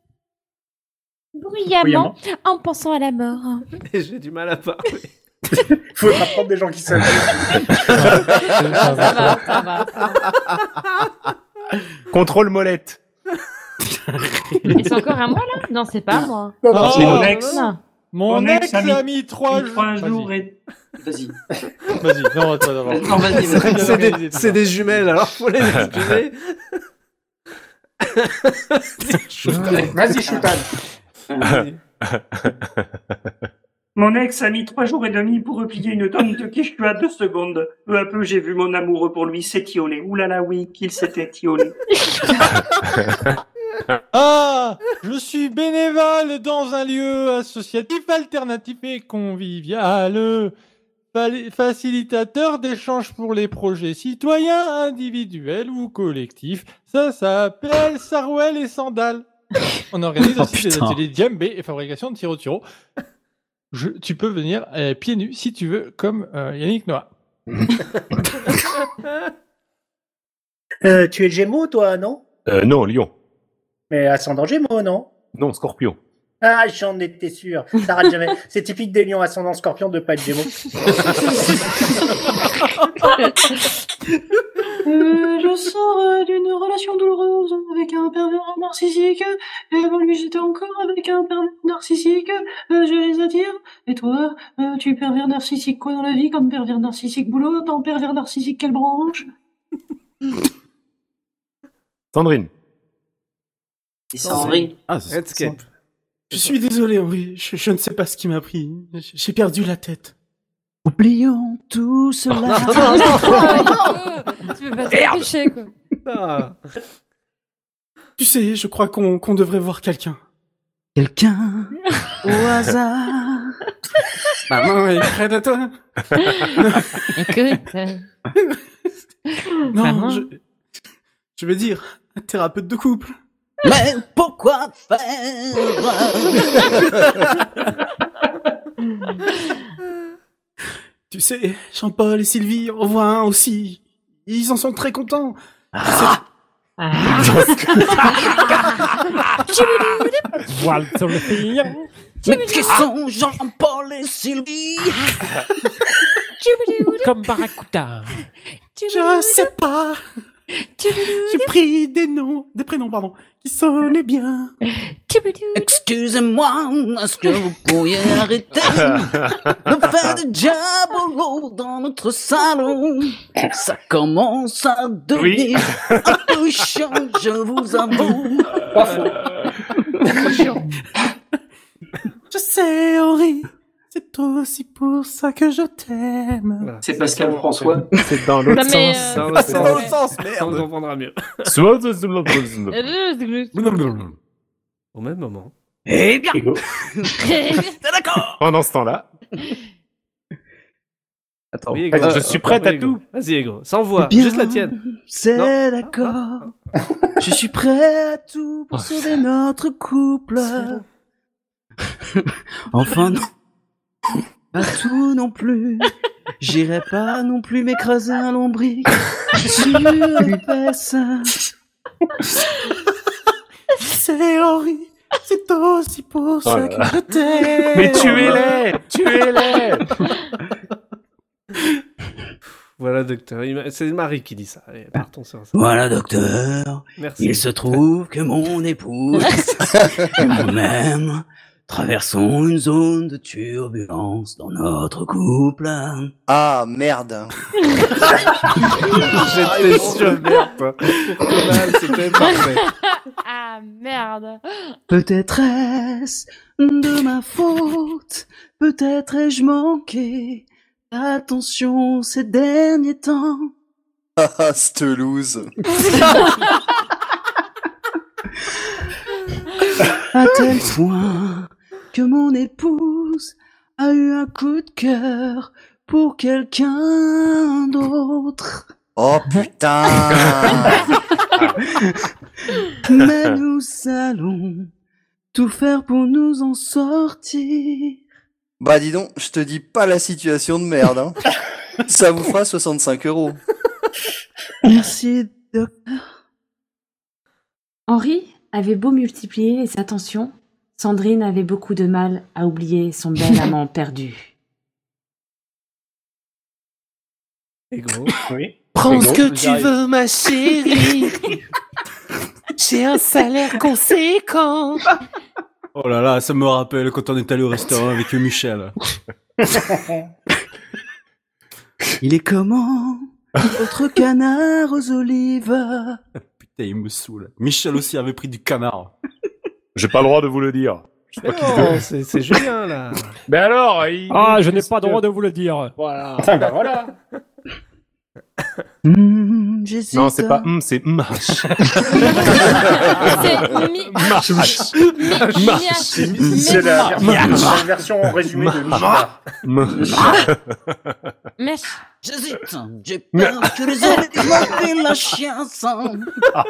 bruyamment Bruyamment. en pensant à la mort. J'ai du mal à parler. Faut apprendre des gens qui savent. Ça va, ça va. Contrôle molette. Et c'est encore à moi là Non, c'est pas à moi. Non, non, c'est mon ex. non. Mon Mon ex ex a a mis, mis trois mis jours. trois Vas-y. jours et- Vas-y. Vas-y, non, attends, d'abord. Non, vas-y, vas-y. C'est- c'est des- Organiser, C'est des jumelles, alors faut les excuser. Vas-y, Shoutan. Mon ex a mis trois jours et demi pour replier une tonne de quichua deux secondes. Peu à peu, j'ai vu mon amoureux pour lui s'étioler. Ouh là là, oui, qu'il s'était étiolé. Ah Je suis bénévole dans un lieu associatif alternatif et convivial. Fali- Facilitateur d'échanges pour les projets citoyens, individuels ou collectifs. Ça s'appelle Sarouel et Sandal. On organise aussi des ateliers djembé et fabrication de tiro tiro. Je, tu peux venir euh, pieds nus si tu veux, comme euh, Yannick Noah. Euh, tu es Gémeaux, toi, non Euh, non, lion. Mais ascendant Gémeaux, non Non, scorpion. Ah, j'en étais sûr. Ça rate jamais. C'est typique des lions ascendant scorpion de pas être Gémeaux. Euh, je sors euh, d'une relation douloureuse avec un pervers narcissique. Et avant lui, j'étais encore avec un pervers narcissique. Euh, je les attire. Et toi, euh, tu es pervers narcissique quoi dans la vie Comme pervers narcissique boulot Dans pervers narcissique quelle branche Sandrine. Sandrine. Ah, c'est- Redscape. Je suis désolé, Henri. Je, je ne sais pas ce qui m'a pris. J- J'ai perdu la tête. Oublions tout cela. Tu peux pas te Merde. tricher, quoi. Tu sais, je crois qu'on qu'on devrait voir quelqu'un. Quelqu'un au hasard. Bah, Maman est près de toi. Écoute. euh, Non, Maman. je, je veux dire, un thérapeute de couple. Mais pourquoi faire Tu sais, Jean-Paul et Sylvie en voient un aussi. Ils en sont très contents. Ah. C'est- Voile sur le pays. Mais qui Ah. sont Jean-Paul et Sylvie Comme Barracuda. Je sais pas. J'ai pris des noms, des prénoms, pardon, qui sonnaient bien. Excusez-moi, est-ce que vous pourriez arrêter de faire du diabolo dans notre salon Ça commence à devenir un peu chiant, je vous avoue. Je sais, Henri. C'est aussi pour ça que je t'aime. C'est Pascal François. C'est dans l'autre l'autre Non, mais, sens. sens. euh, C'est dans l'autre sens, merde. On comprendra mieux. Au même moment. Eh bien. Pendant ce temps-là. Attends, Vas-y, je suis prête à tout. Vas-y, Ego, sans voix, Bien, juste la tienne. C'est d'accord. Je suis prêt à tout Oh, pour sauver notre couple. Enfin, non. Pas tout non plus. J'irai pas non plus m'écraser un lombric sur l'épaisse. C'est Henri. C'est aussi Oh pour ça Oh là que là. je t'aime. Mais tuez-les Tuez-les Voilà, docteur. il m'a- C'est Marie qui dit ça. Allez, partons sur ça. Voilà, docteur. Merci. Il se trouve que mon épouse et moi-même traversons une zone de turbulence dans notre couple. Ah, merde. J'étais sûr, merde. C'était ah merde. Peut-être est-ce de ma faute, peut-être ai-je manqué d'attention ces derniers temps. Ah, ah, c'te loose. à tel point que mon épouse a eu un coup de cœur pour quelqu'un d'autre. Oh Ah. putain. Mais nous allons tout faire pour nous en sortir. Bah dis donc, je te dis pas la situation de merde. Hein. Ça vous fera 65 euros. Merci, docteur. Henri avait beau multiplier les attentions, Sandrine avait beaucoup de mal à oublier son bel amant perdu. Ego. Oui. Prends ce que tu veux, ma chérie. J'ai un salaire conséquent. Oh là là, ça me rappelle quand on est allé au restaurant avec Michel. Il est comment Votre canard aux olives. Putain, il me saoule. Michel aussi avait pris du canard. J'ai pas le droit de vous le dire. Je sais pas qui le- Oh, c'est hein. Julien, là. Mais alors, il... Ah, je n'ai pas droit de vous le dire. Voilà. Ah, ben bah voilà. Non, c'est pas hum, c'est mâche. Mâche. C'est la, version- la version en résumé de Mishima. Ah, J'hésite, j'ai peur que les autres m'appellent la chiasse.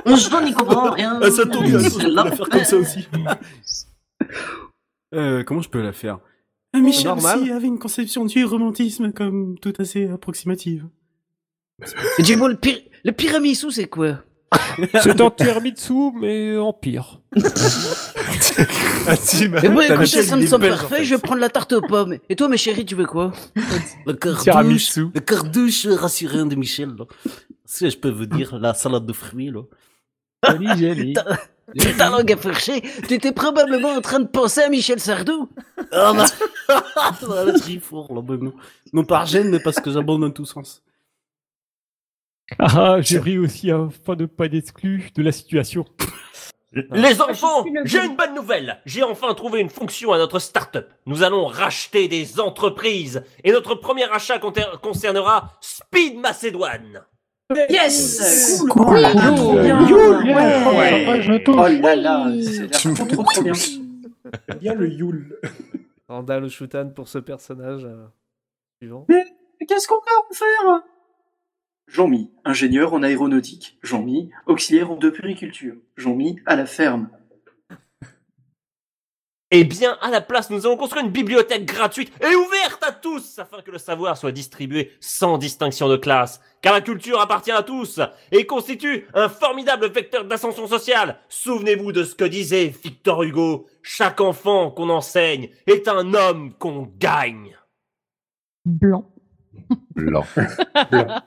Je n'y comprends rien. Ah, ça tombe bien, je C'est peux la la faire comme ça peur. aussi. Euh, comment je peux la faire Ah, Euh, Oh, Michel Normal. aussi avait une conception du romantisme hein, comme tout assez approximative. Et Dis-moi, le, pir... le tiramisu, c'est quoi C'est un tiramisu, mais euh, en pire. Eh ben, écoutez, ça me semble parfait, je vais prendre la tarte aux pommes. Et toi, mes chéris, tu veux quoi Le cardouche, Tiramisu. le cardouche rassurant de Michel, là. Si je peux vous dire, la salade de fruits, là. Ta- Ta langue à fourcher, tu étais probablement en train de penser à Michel Sardou. Ah, bah. Voilà, je ris fort, là, mais non. Non par gêne, mais parce que j'abonde dans tout sens. Ah, j'ai ri aussi afin de pas d'exclus de la situation. Les enfants, j'ai une bonne nouvelle. J'ai enfin trouvé une fonction à notre start-up. Nous allons racheter des entreprises. Et notre premier achat conter- concernera Speed Macédoine. Yes Cool. Oh là là, Cool. trop bien. Youl. Ouais. Ouais. Je me touche. Oh là là, c'est la trop, trop, trop bien. Bien le Yule. Randall ou Shutan pour ce personnage euh, suivant. Mais Qu'est-ce qu'on peut en faire Jean-Mi, ingénieur en aéronautique. Jean-Mi, auxiliaire en de puriculture. Jean-Mi, à la ferme. Eh bien, à la place, nous allons construire une bibliothèque gratuite et ouverte à tous afin que le savoir soit distribué sans distinction de classe. Car la culture appartient à tous et constitue un formidable vecteur d'ascension sociale. Souvenez-vous de ce que disait Victor Hugo. Chaque enfant qu'on enseigne est un homme qu'on gagne. Blanc. Blanc.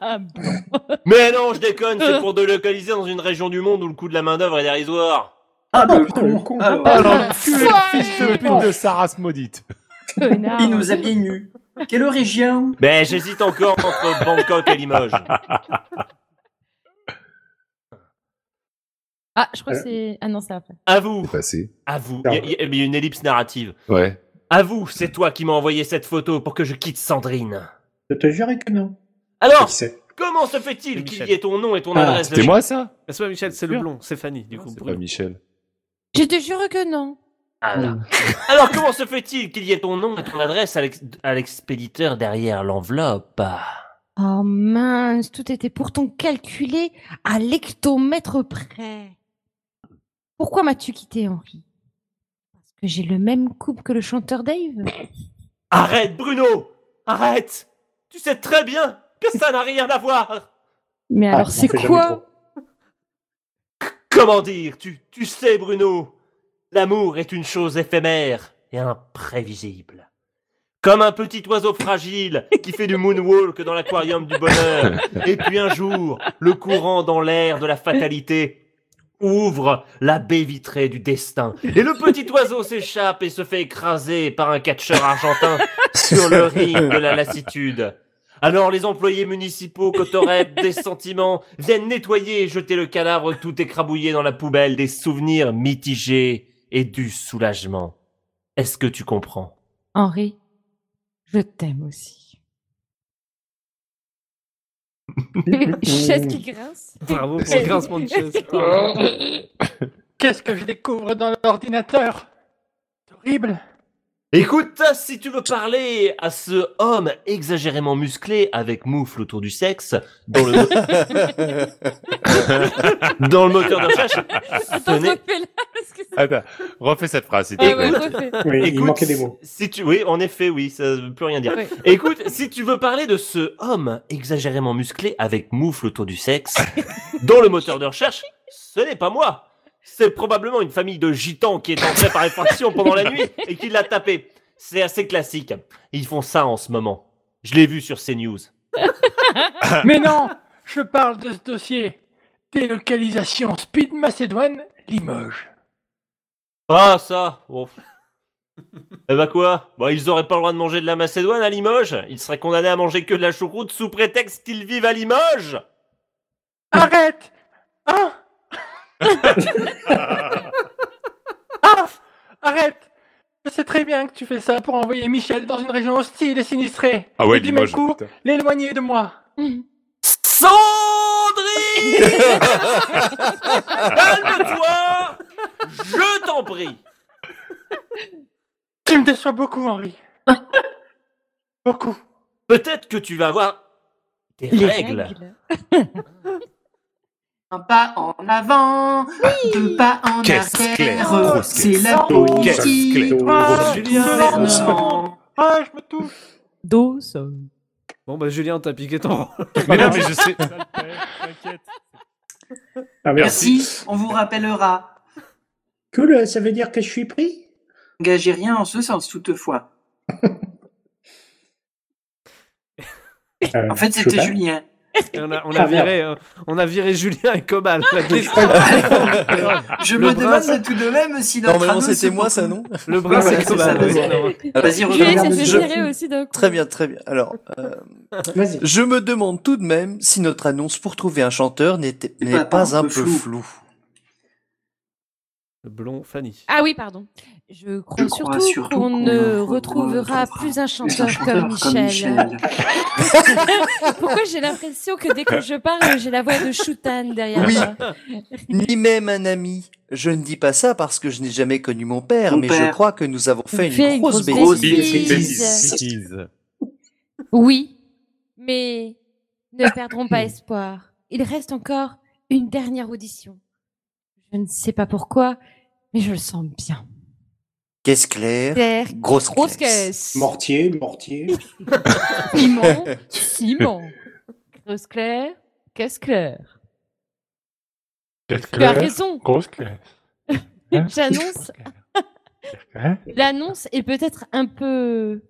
Mais non, je déconne, c'est pour de localiser dans une région du monde où le coût de la main-d'œuvre est dérisoire. Ah, bah, le con, con. Ah, Ah, alors, ouais. tu es le fils de pute de sa race maudite. Il nous a bien nus. Quelle origine Mais j'hésite encore entre Bangkok et Limoges. Ah, je crois que c'est. Ah non, c'est après. À vous. Passé. À vous. Il y a- il y, a- il y a une ellipse narrative. Ouais. À vous, c'est toi qui m'as envoyé cette photo pour que je quitte Sandrine. Je te jure que non. Alors, comment se fait-il qu'il y ait ton nom et ton adresse de- C'est pas Michel, c'est le blond, c'est Fanny, du coup. C'est pas Michel. Je te jure que non. Ah, là. Alors, comment se fait-il qu'il y ait ton nom et ton adresse à l'ex- à l'expéditeur derrière l'enveloppe Oh mince, tout était pourtant calculé à l'hectomètre près. Pourquoi m'as-tu quitté, Henri Parce que j'ai le même couple que le chanteur Dave Arrête, Bruno Arrête Tu sais très bien que ça n'a rien à voir Mais Ah, alors, on c'est fait jamais quoi Comment dire tu, tu sais, Bruno, l'amour est une chose éphémère et imprévisible. Comme un petit oiseau fragile qui fait du moonwalk dans l'aquarium du bonheur. Et puis un jour, le courant dans l'air de la fatalité ouvre la baie vitrée du destin. Et le petit oiseau s'échappe et se fait écraser par un catcheur argentin sur le ring de la lassitude. Alors les employés municipaux cotorettent des sentiments, viennent nettoyer et jeter le cadavre tout écrabouillé dans la poubelle des souvenirs mitigés et du soulagement. Est-ce que tu comprends Henri, je t'aime aussi. Chaise qui grince. Oh, Bravo pour le grincement de chaise. Qu'est-ce que Euh, je découvre dans l'ordinateur C'est Horrible. Écoute, si tu veux parler à ce homme exagérément musclé avec moufle autour du sexe dans le, dans le moteur de recherche, ce n'est- Attends, refais cette phrase, s'il te Ah Écoute, plaît. écoute, Si si tu, oui, en effet, oui, ça ne veut plus rien dire. Oui. Écoute, si tu veux parler de ce homme exagérément musclé avec moufle autour du sexe dans le moteur de recherche, ce n'est pas moi. C'est probablement une famille de gitans qui est entrée par effraction pendant la nuit et qui l'a tapé. C'est assez classique. Ils font ça en ce moment. Je l'ai vu sur CNews. Mais non, je parle de ce dossier. Délocalisation Speed Macédoine, Limoges. Ah, ça Bon. Eh bah quoi Bon, ils auraient pas le droit de manger de la Macédoine à Limoges Ils seraient condamnés à manger que de la choucroute sous prétexte qu'ils vivent à Limoges Arrête Hein Ah Arrête Je sais très bien que tu fais ça pour envoyer Michel dans une région hostile et sinistrée. Ah ouais, et du même Limoges, coup, putain. l'éloigner de moi. Calme-toi Je t'en prie Tu me déçois beaucoup, Henri. Beaucoup. Peut-être que tu vas avoir des Les règles. Un pas en avant, deux pas en Caisse claire, arrière, grosse c'est caisse. la Oh, politique. Oh, caisse claire, Ah, grosse Julien caisse. Vernant. Ah, je me touche. Dos. Bon, bah, Julien, t'as piqué ton. Mais non, mais je sais. Ah, Merci, on vous rappellera. Cool, ça veut dire que je suis pris Gagez rien en ce sens, toutefois. En fait, c'était Euh, Chopin Julien. On a, on, Ah, a merde. viré, euh, on a viré Julien et Cobal. la question. Je Le me bras, demande tout de même si notre Normalement, anneau c'était se moi, confond. ça, non Le bras, Voilà, c'est Cobal. ça, oui, vas-y. non. Vas-y, Alors, regarde. je- Je- Très bien, très bien. Alors, euh, je me demande tout de même si notre annonce pour trouver un chanteur n'était C'est n'est Eh ben, pas pas un un peu peu flou. floue. Le blond, Fanny. Ah oui, pardon. Je crois, crois surtout, surtout qu'on qu'on ne ne retrouvera plus un chanteur, chanteur comme, comme Michel. Michel. Pourquoi j'ai l'impression que dès que je parle, j'ai la voix de Shoutan derrière Oui. moi Ni même un ami. Je ne dis pas ça parce que je n'ai jamais connu mon père, Mon mais je père. crois que nous avons fait une Fait grosse, une grosse bêtise. bêtise. Bêtise. Oui, mais ne perdrons pas espoir. Il reste encore une dernière audition. Je ne sais pas pourquoi, mais je le sens bien. Caisse claire, Terre, grosse, grosse caisse. caisse. Mortier, mortier. Ciment, ciment. Grosse claire, caisse claire. Tu as raison. Grosse claire. J'annonce. Hein L'annonce est peut-être un peu.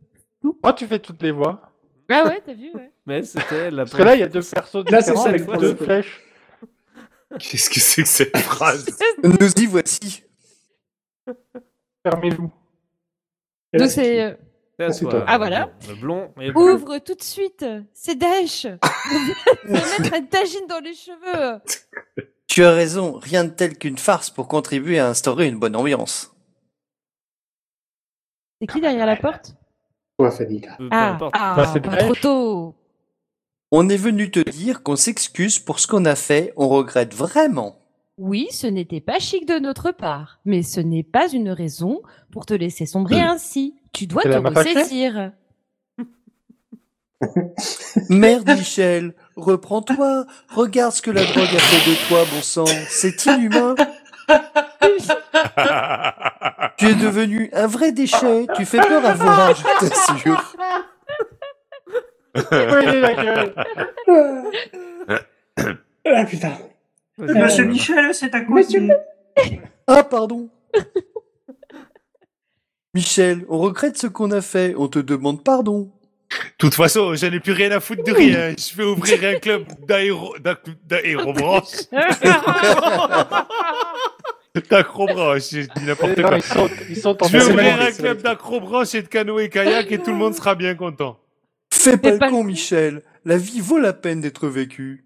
Oh, tu fais toutes les voix. Ah ouais, t'as vu, ouais. Mais c'était la Parce que là, il y a deux persos Là, c'est différents ça, avec le deux problème. flèches. Qu'est-ce que c'est que cette phrase Nous y voici. Fermez-vous. Donc c'est. euh, Là, c'est quoi, toi. Ah, voilà. Le blond et le bleu. Ouvre tout de suite. C'est Daesh. On va mettre un tagine dans les cheveux. Tu as raison, rien de tel qu'une farce pour contribuer à instaurer une bonne ambiance. C'est qui derrière la porte Quoi, Fadila Ah, ah, Bah, c'est pas Daesh. trop tôt. On est venu te dire qu'on s'excuse pour ce qu'on a fait, on regrette vraiment. Oui, ce n'était pas chic de notre part, mais ce n'est pas une raison pour te laisser sombrer ainsi. Tu dois te Elle a massacré ressaisir. Merde Michel, reprends-toi, regarde ce que la drogue a fait de toi, bon sang, c'est inhumain. tu es devenu un vrai déchet, tu fais peur à voir, je t'assure. Ah putain. Vas-y. Monsieur Michel, c'est à cause du... Ah, pardon. Michel, on regrette ce qu'on a fait, on te demande pardon. De toute façon, j'en ai plus rien à foutre de rien. Je vais ouvrir un club d'aéro... d'ac- d'aérobranche. D'acrobranche, je dis n'importe Non, quoi. ils sont- ils sont en je vais train de ouvrir manger, un c'est club d'acrobranche et de canoë-kayak et tout le monde sera bien content. Fais pas le con, Michel, la vie vaut la peine d'être vécue.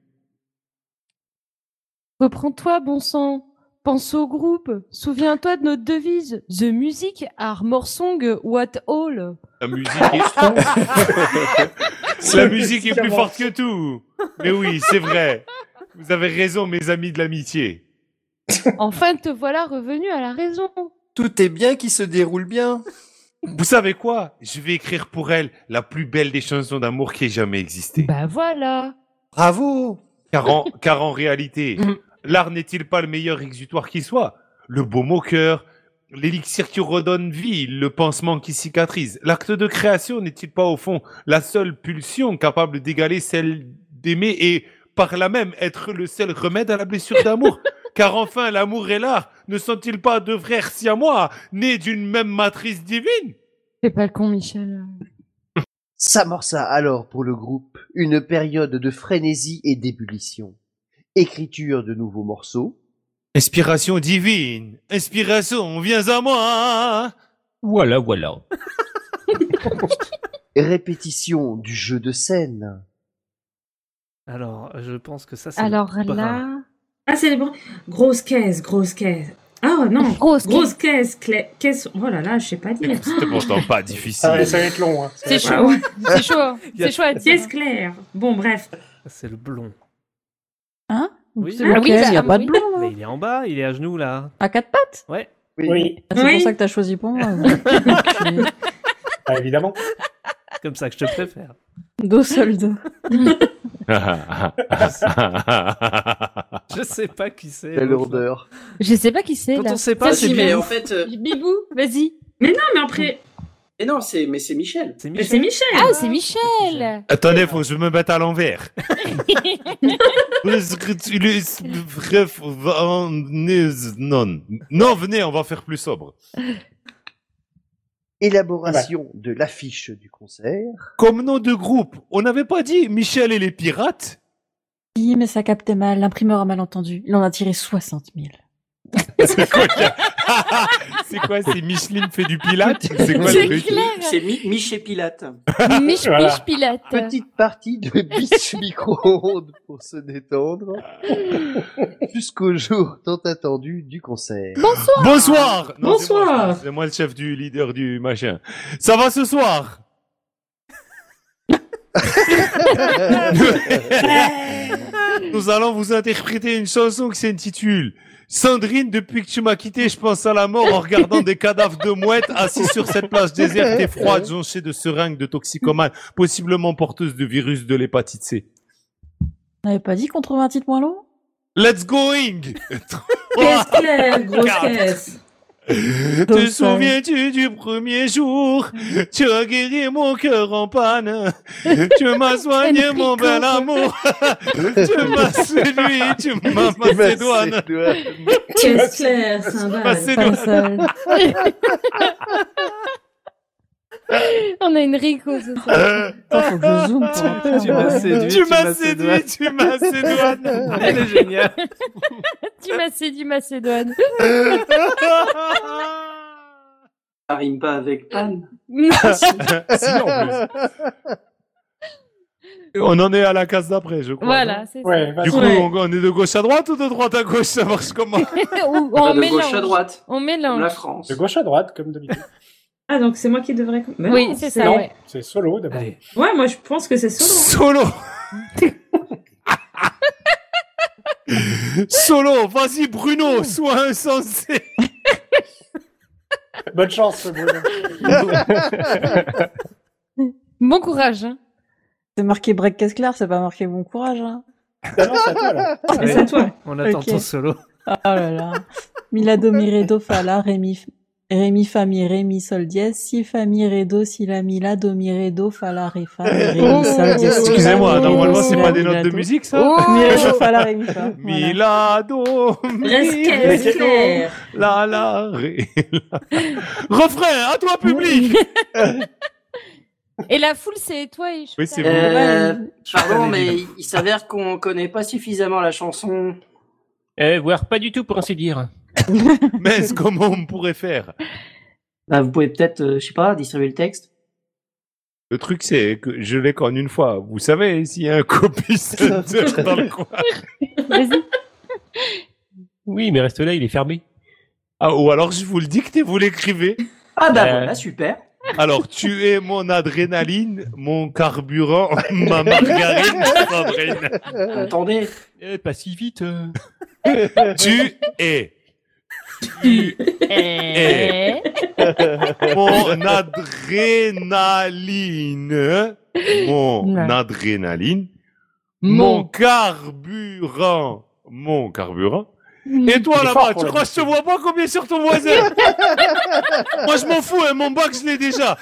Reprends-toi, bon sang. Pense au groupe. Souviens-toi de notre devise. The music are more song what all. La musique est... La musique est plus forte que tout. Mais oui, c'est vrai. Vous avez raison, mes amis de l'amitié. Enfin, te voilà revenu à la raison. Tout est bien qui se déroule bien. Vous savez quoi Je vais écrire pour elle la plus belle des chansons d'amour qui ait jamais existé. Bah voilà. Bravo Car en, car en réalité, l'art n'est-il pas le meilleur exutoire qui soit Le baume au cœur, l'élixir qui redonne vie, le pansement qui cicatrise. L'acte de création n'est-il pas au fond la seule pulsion capable d'égaler celle d'aimer et par là même être le seul remède à la blessure d'amour Car enfin, l'amour et l'art ne sont-ils pas deux frères siamois, nés d'une même matrice divine Fais pas le con, Michel. S'amorça alors pour le groupe une période de frénésie et d'ébullition. Écriture de nouveaux morceaux, Inspiration divine, inspiration, viens à moi Voilà, voilà. répétition du jeu de scène. Alors, euh, je pense que ça, c'est. Alors le bras. là. Ah, c'est les bras. Grosse caisse, grosse caisse. Ah non, grosse, caisse, cla- caisse. Oh là là, je sais pas dire. C'était pourtant pas difficile. Ah ouais, ça va être long. Hein. C'est Ça va chaud. être long. C'est chaud. hein. Il y a- C'est chaud à dire. Caisse claire. Bon, bref. C'est le blond. Hein Oui, C'est Ah lequel oui, bah, Il y a ah pas de oui. blond, là. Mais il est en bas, il est à genoux là. À quatre pattes Ouais. Ah, C'est pour ça que t'as choisi euh. pour moi. Ok. Ah, évidemment. Comme ça que je te préfère. Dos soldes. Je sais pas qui c'est. Quelle lourdeur. Je sais pas qui c'est. Quand là. on sait pas, Si, c'est mais bien. en fait, euh, Bibou, vas-y. Mais non, mais après. Mais non, c'est mais c'est Michel. C'est Michel. c'est Michel. hein. Ah, c'est Michel. Attendez, faut que je me mette à l'envers. non, non, venez, on va faire plus sobre. Élaboration de l'affiche du concert. Comme nom de groupe, on n'avait pas dit Michel et les pirates Oui, mais ça captait mal. L'imprimeur a mal entendu. Il en a tiré 60 000. C'est quoi C'est Micheline fait du pilate C'est quoi le truc C'est Mi- Mich et Pilate. Mich- Voilà. Mich Pilate. Petite partie de biche micro-ondes pour se détendre. Jusqu'au jour tant attendu du concert. Bonsoir Bonsoir Non, c'est moi, je pense. C'est moi le chef du leader du machin. Ça va ce soir Nous allons vous interpréter une chanson qui s'intitule Sandrine, depuis que tu m'as quitté, je pense à la mort en regardant des cadavres de mouettes assis sur cette plage déserte et froide, jonchée de seringues de toxicomanes, possiblement porteuses de virus de l'hépatite C. On n'avait pas dit qu'on trouvait un titre moins long Let's going Oh. Caisse claire, grosse Quatre. caisse. Donc, Te euh, souviens-tu du premier jour Tu as guéri mon cœur en panne. Tu m'as soigné mon bel amour. tu m'as séduit, tu m'as macédoine. Qu'est-ce clair, ça va, Macédoine. pas seul. On a une Rico ce Euh. soir. faut que je zoome pour entendre. Tu m'as séduit, Tu tu m'as m'as séduit, séduite. tu m'as séduite. Elle est géniale. tu m'as séduit, Macédoine. Ça rime pas avec panne. Si, en On en est à la case d'après, je crois. Voilà, non c'est ça. Ouais, du coup, vas-y. on, on est de gauche à droite ou de droite à gauche Ça marche comment Ou Bah, on de mélange. gauche à droite. On mélange. La France. De gauche à droite, comme d'habitude. Ah, donc c'est moi qui devrais. Mais Oui, non, c'est ça, Non. ouais. C'est solo d'abord. Ouais, moi je pense que c'est solo. Solo hein. Solo, vas-y Bruno, sois insensé Bonne chance, Bruno. Bon courage. Hein. C'est marqué Breakfast Club, c'est pas marqué bon courage. Hein. Allez, c'est à toi. On attend Ok. ton solo. Oh là là. Milado Miredo Fala, Rémi, Rémi Fami, Rémi Sol dièse, Si Fami Redo, Si La Milado Miredo Fala, Refa, Rémi Sol dièse. Eh, Oh, Oh, Excusez-moi, normalement c'est pas des notes de musique ça Miredo Fala, Rémi Fa. Milado, Resquest, Milado, frère. la la ré, la. Refrain, à toi public Et la foule, c'est toi et je. Oui, c'est Euh, vous. pardon, Je mais connais il il s'avère qu'on connaît pas suffisamment la chanson. Euh, voire pas du tout pour ainsi dire. Mais est-ce comment on pourrait faire Bah, vous pouvez peut-être, euh, je sais pas, distribuer le texte. Le truc c'est que je l'ai qu'en une fois. Vous savez, s'il y a un copiste dans le coin. Oui, mais reste là, il est fermé. Ah, ou alors je vous le dicte et vous l'écrivez. Ah bah Euh. voilà, super. Alors, tu es mon adrénaline, mon carburant, ma margarine, Sandrine. Attendez. Eh, pas si vite. euh. Tu es. Tu es. Mon adrénaline. Mon Ouais. adrénaline. Mon carburant. Mon carburant. Et Il toi est fort là-bas, pour tu la crois que je te vois pas combien sur ton voisin Moi je m'en fous, hein, mon bac je l'ai déjà.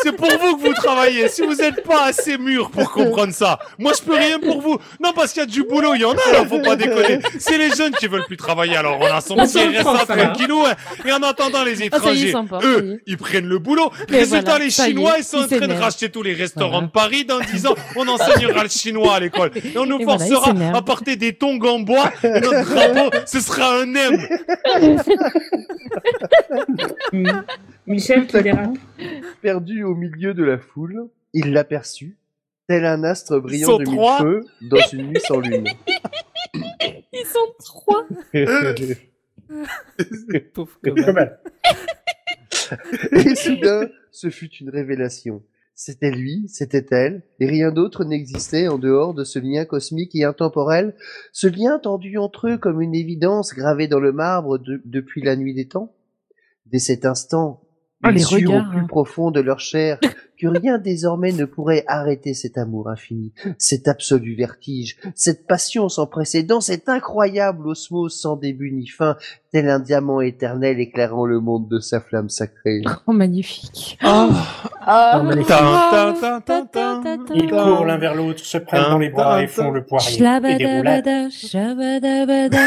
C'est pour vous que vous travaillez. Si vous n'êtes pas assez mûr pour comprendre ça, moi je peux rien pour vous. Non parce qu'il y a du boulot, il y en a là, faut pas déconner. C'est les jeunes qui veulent plus travailler. Alors on a son On petit s'en prend, RSA ça va. tranquillou. hein. Et en attendant les Ah, ça y est, ils étrangers, s'en portent, ça y eux, ils prennent le boulot. Mais Résultat, voilà, les ça y est, Chinois, ils sont ils en train de s'énervent. racheter tous les restaurants de Paris dans 10 ans. On enseignera le chinois à l'école. Et on nous Et voilà, ils forcera s'énervent. à porter des tongs en bois. Et notre drapeau, ce sera un M. Michel, toi les rap. Perdu au milieu de la foule, il l'aperçut, tel un astre brillant sont de mille trois. feux dans une nuit sans lune. Ils sont trois. Pauvre Comal. Et soudain, ce fut une révélation. C'était lui, c'était elle, et rien d'autre n'existait en dehors de ce lien cosmique et intemporel, ce lien tendu entre eux comme une évidence gravée dans le marbre de- depuis la nuit des temps. Dès cet instant, Ah, ils les surent regards, au plus hein. profond de leur chair que rien désormais ne pourrait arrêter cet amour infini, cet absolu vertige, cette passion sans précédent, cette incroyable osmose sans début ni fin, tel un diamant éternel éclairant le monde de sa flamme sacrée. Oh, magnifique. Oh, magnifique. Ils courent l'un vers l'autre, se Hein prennent dans les bras et font le poirier. Et des Shabadabada, roulades. shabadabada,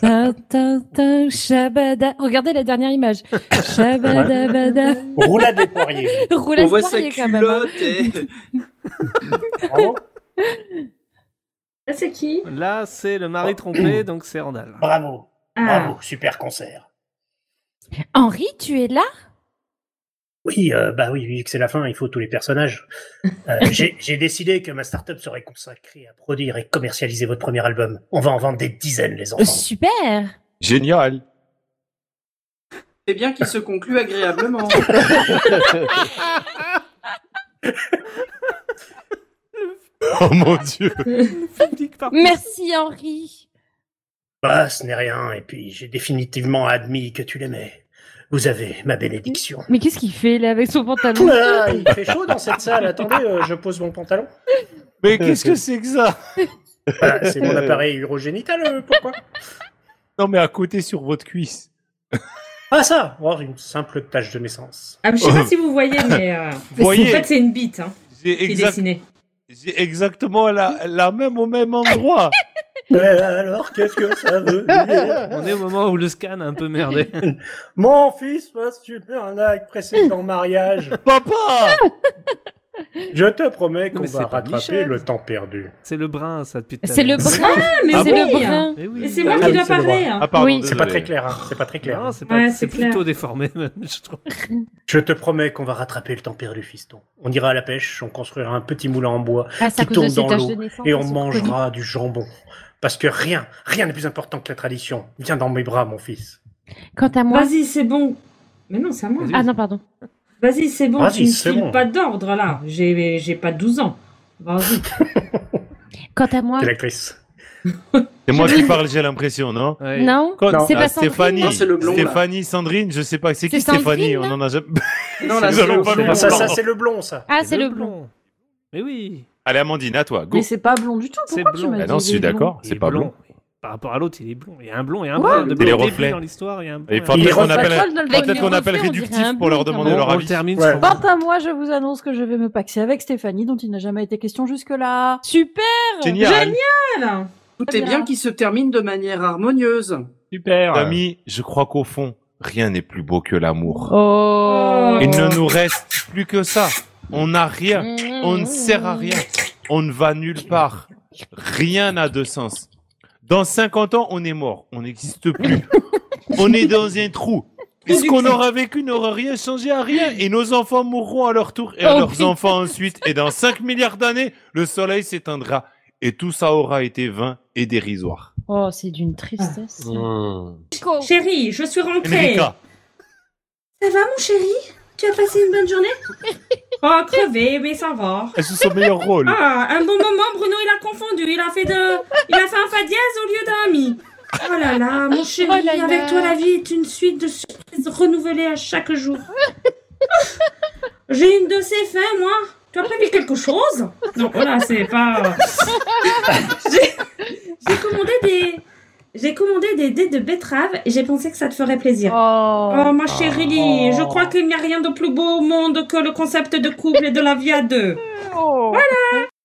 tin, tin, tin, shabada. Regardez la dernière image. Shabadabada. Roulade des poiriers. Roulade On voit sa poirier, quand même. hein. culotte et... Là, c'est qui Là, c'est le mari trompé, donc c'est Randall. Bravo. Bravo, super concert. Henri, tu es là Oui, euh, bah oui, vu que c'est la fin, il faut tous les personnages. Euh, J'ai j'ai décidé que ma startup serait consacrée à produire et commercialiser votre premier album. On va en vendre des dizaines, les enfants. Euh, Super. Génial. C'est bien qu'il se conclut agréablement. Oh mon dieu. Merci, Henri. Bah, ce n'est rien, et puis j'ai définitivement admis que tu l'aimais. Vous avez ma bénédiction. Mais qu'est-ce qu'il fait là avec son pantalon Ah, il fait chaud dans cette salle. Attendez, euh, je pose mon pantalon. Mais qu'est-ce que c'est que ça Bah, c'est mon appareil urogénital, euh, pourquoi Non mais à côté sur votre cuisse. Ah ça Oh, une simple tâche de naissance. Ah, je sais pas si vous voyez, mais euh, Voyez. en fait, c'est une bite hein, qui J'ai est exact- dessinée. j'ai exactement la, la même au même endroit. alors, qu'est-ce que ça veut dire On est au moment où le scan a un peu merdé. Mon fils passe super un acte précédent mariage. Papa Je te promets Non, qu'on mais c'est va pas rattraper Michel. le temps perdu. C'est le brun, ça, depuis tout à C'est l'heure. le brun Ah, mais c'est le brun. Mais Et c'est moi qui Ah oui, dois c'est le parler, brun. hein. Ah, pardon, Oui. C'est pas très clair, hein, c'est pas très clair. Non, c'est pas- Ouais, c'est c'est clair. plutôt déformé, même, je trouve. Je te promets qu'on va rattraper le temps perdu, fiston. On ira à la pêche, on construira un petit moulin en bois Ah, c'est à cause qui de tombe ces dans taches de l'eau naissance, et on elles sont mangera du jambon. Parce que rien, rien n'est plus important que la tradition. Viens dans mes bras, mon fils. Quant à moi. Vas-y, c'est bon. Mais non, c'est à moi. Ah non, pardon. Vas-y, c'est bon, Vas-y, tu ne c'est files bon. pas d'ordre là. J'ai j'ai pas 12 ans. Vas-y. Quant à moi. T'es l'actrice. C'est moi qui parle, j'ai l'impression, non Non, Quand- c'est Ah, pas Sandrine. Stéphanie. Non, c'est le blond, là. Stéphanie, Sandrine, je sais pas. C'est qui C'est Sandrine, Stéphanie On là en a jamais. Non, Nous allons pas nous ça, ça entendre. c'est le blond, ça. Ah, c'est le blond. Mais oui. Allez, Amandine, à toi. Go. Mais c'est pas blond du tout. Pourquoi tu m'as Ah dit non, je suis blond d'accord, Il c'est est pas blond. blond. Par rapport à l'autre, il est blond. Il y a un blond et un Ouais. brun. C'est Depuis les le début reflets. dans l'histoire, il y a un brun. Il faudra et un peut-être qu'on brun. appelle, Patrol de le faudra peut-être Vague qu'on Reflet, appelle on réductif dirait un hein. pour leur blond, demander quand leur même. On avis. termine Ouais. Quant à moi, je vous annonce que je vais me paxer avec Stéphanie, dont il n'a jamais été question jusque-là. Super Génial. Génial Tout est bien qui se termine de manière harmonieuse. Super. Ami, je crois qu'au fond, rien n'est plus beau que l'amour. Oh. Il ne nous reste plus que ça. On n'a rien. On ne sert à rien. On ne va nulle part. Rien n'a de sens. Dans 50 ans, on est mort. On n'existe plus. on est dans un trou. Et ce qu'on aura vécu n'aura rien changé à rien. Et nos enfants mourront à leur tour et à Oh, leurs putain. enfants ensuite. Et dans 5 milliards d'années, le soleil s'éteindra. Et tout ça aura été vain et dérisoire. Oh, c'est d'une tristesse. Ah. Chérie, je suis rentrée. Enrica. Ça va, mon chéri Tu as passé une bonne journée Oh, crevé, mais ça va. Elle joue son meilleur rôle. Ah, un bon moment, Bruno, il a confondu. Il a fait de... Il a fait un fa dièse au lieu d'un mi. Oh là là, mon chéri, Oh là là. avec toi, la vie est une suite de surprises renouvelées à chaque jour. J'ai une de ces fins, moi. Tu as prévu quelque chose Non, voilà, c'est pas... euh, J'ai commandé des... J'ai commandé des dés de betterave et j'ai pensé que ça te ferait plaisir. Oh, ma chérie, je crois Oh. qu'il n'y a rien de plus beau au monde que le concept de couple et de la vie à deux. Voilà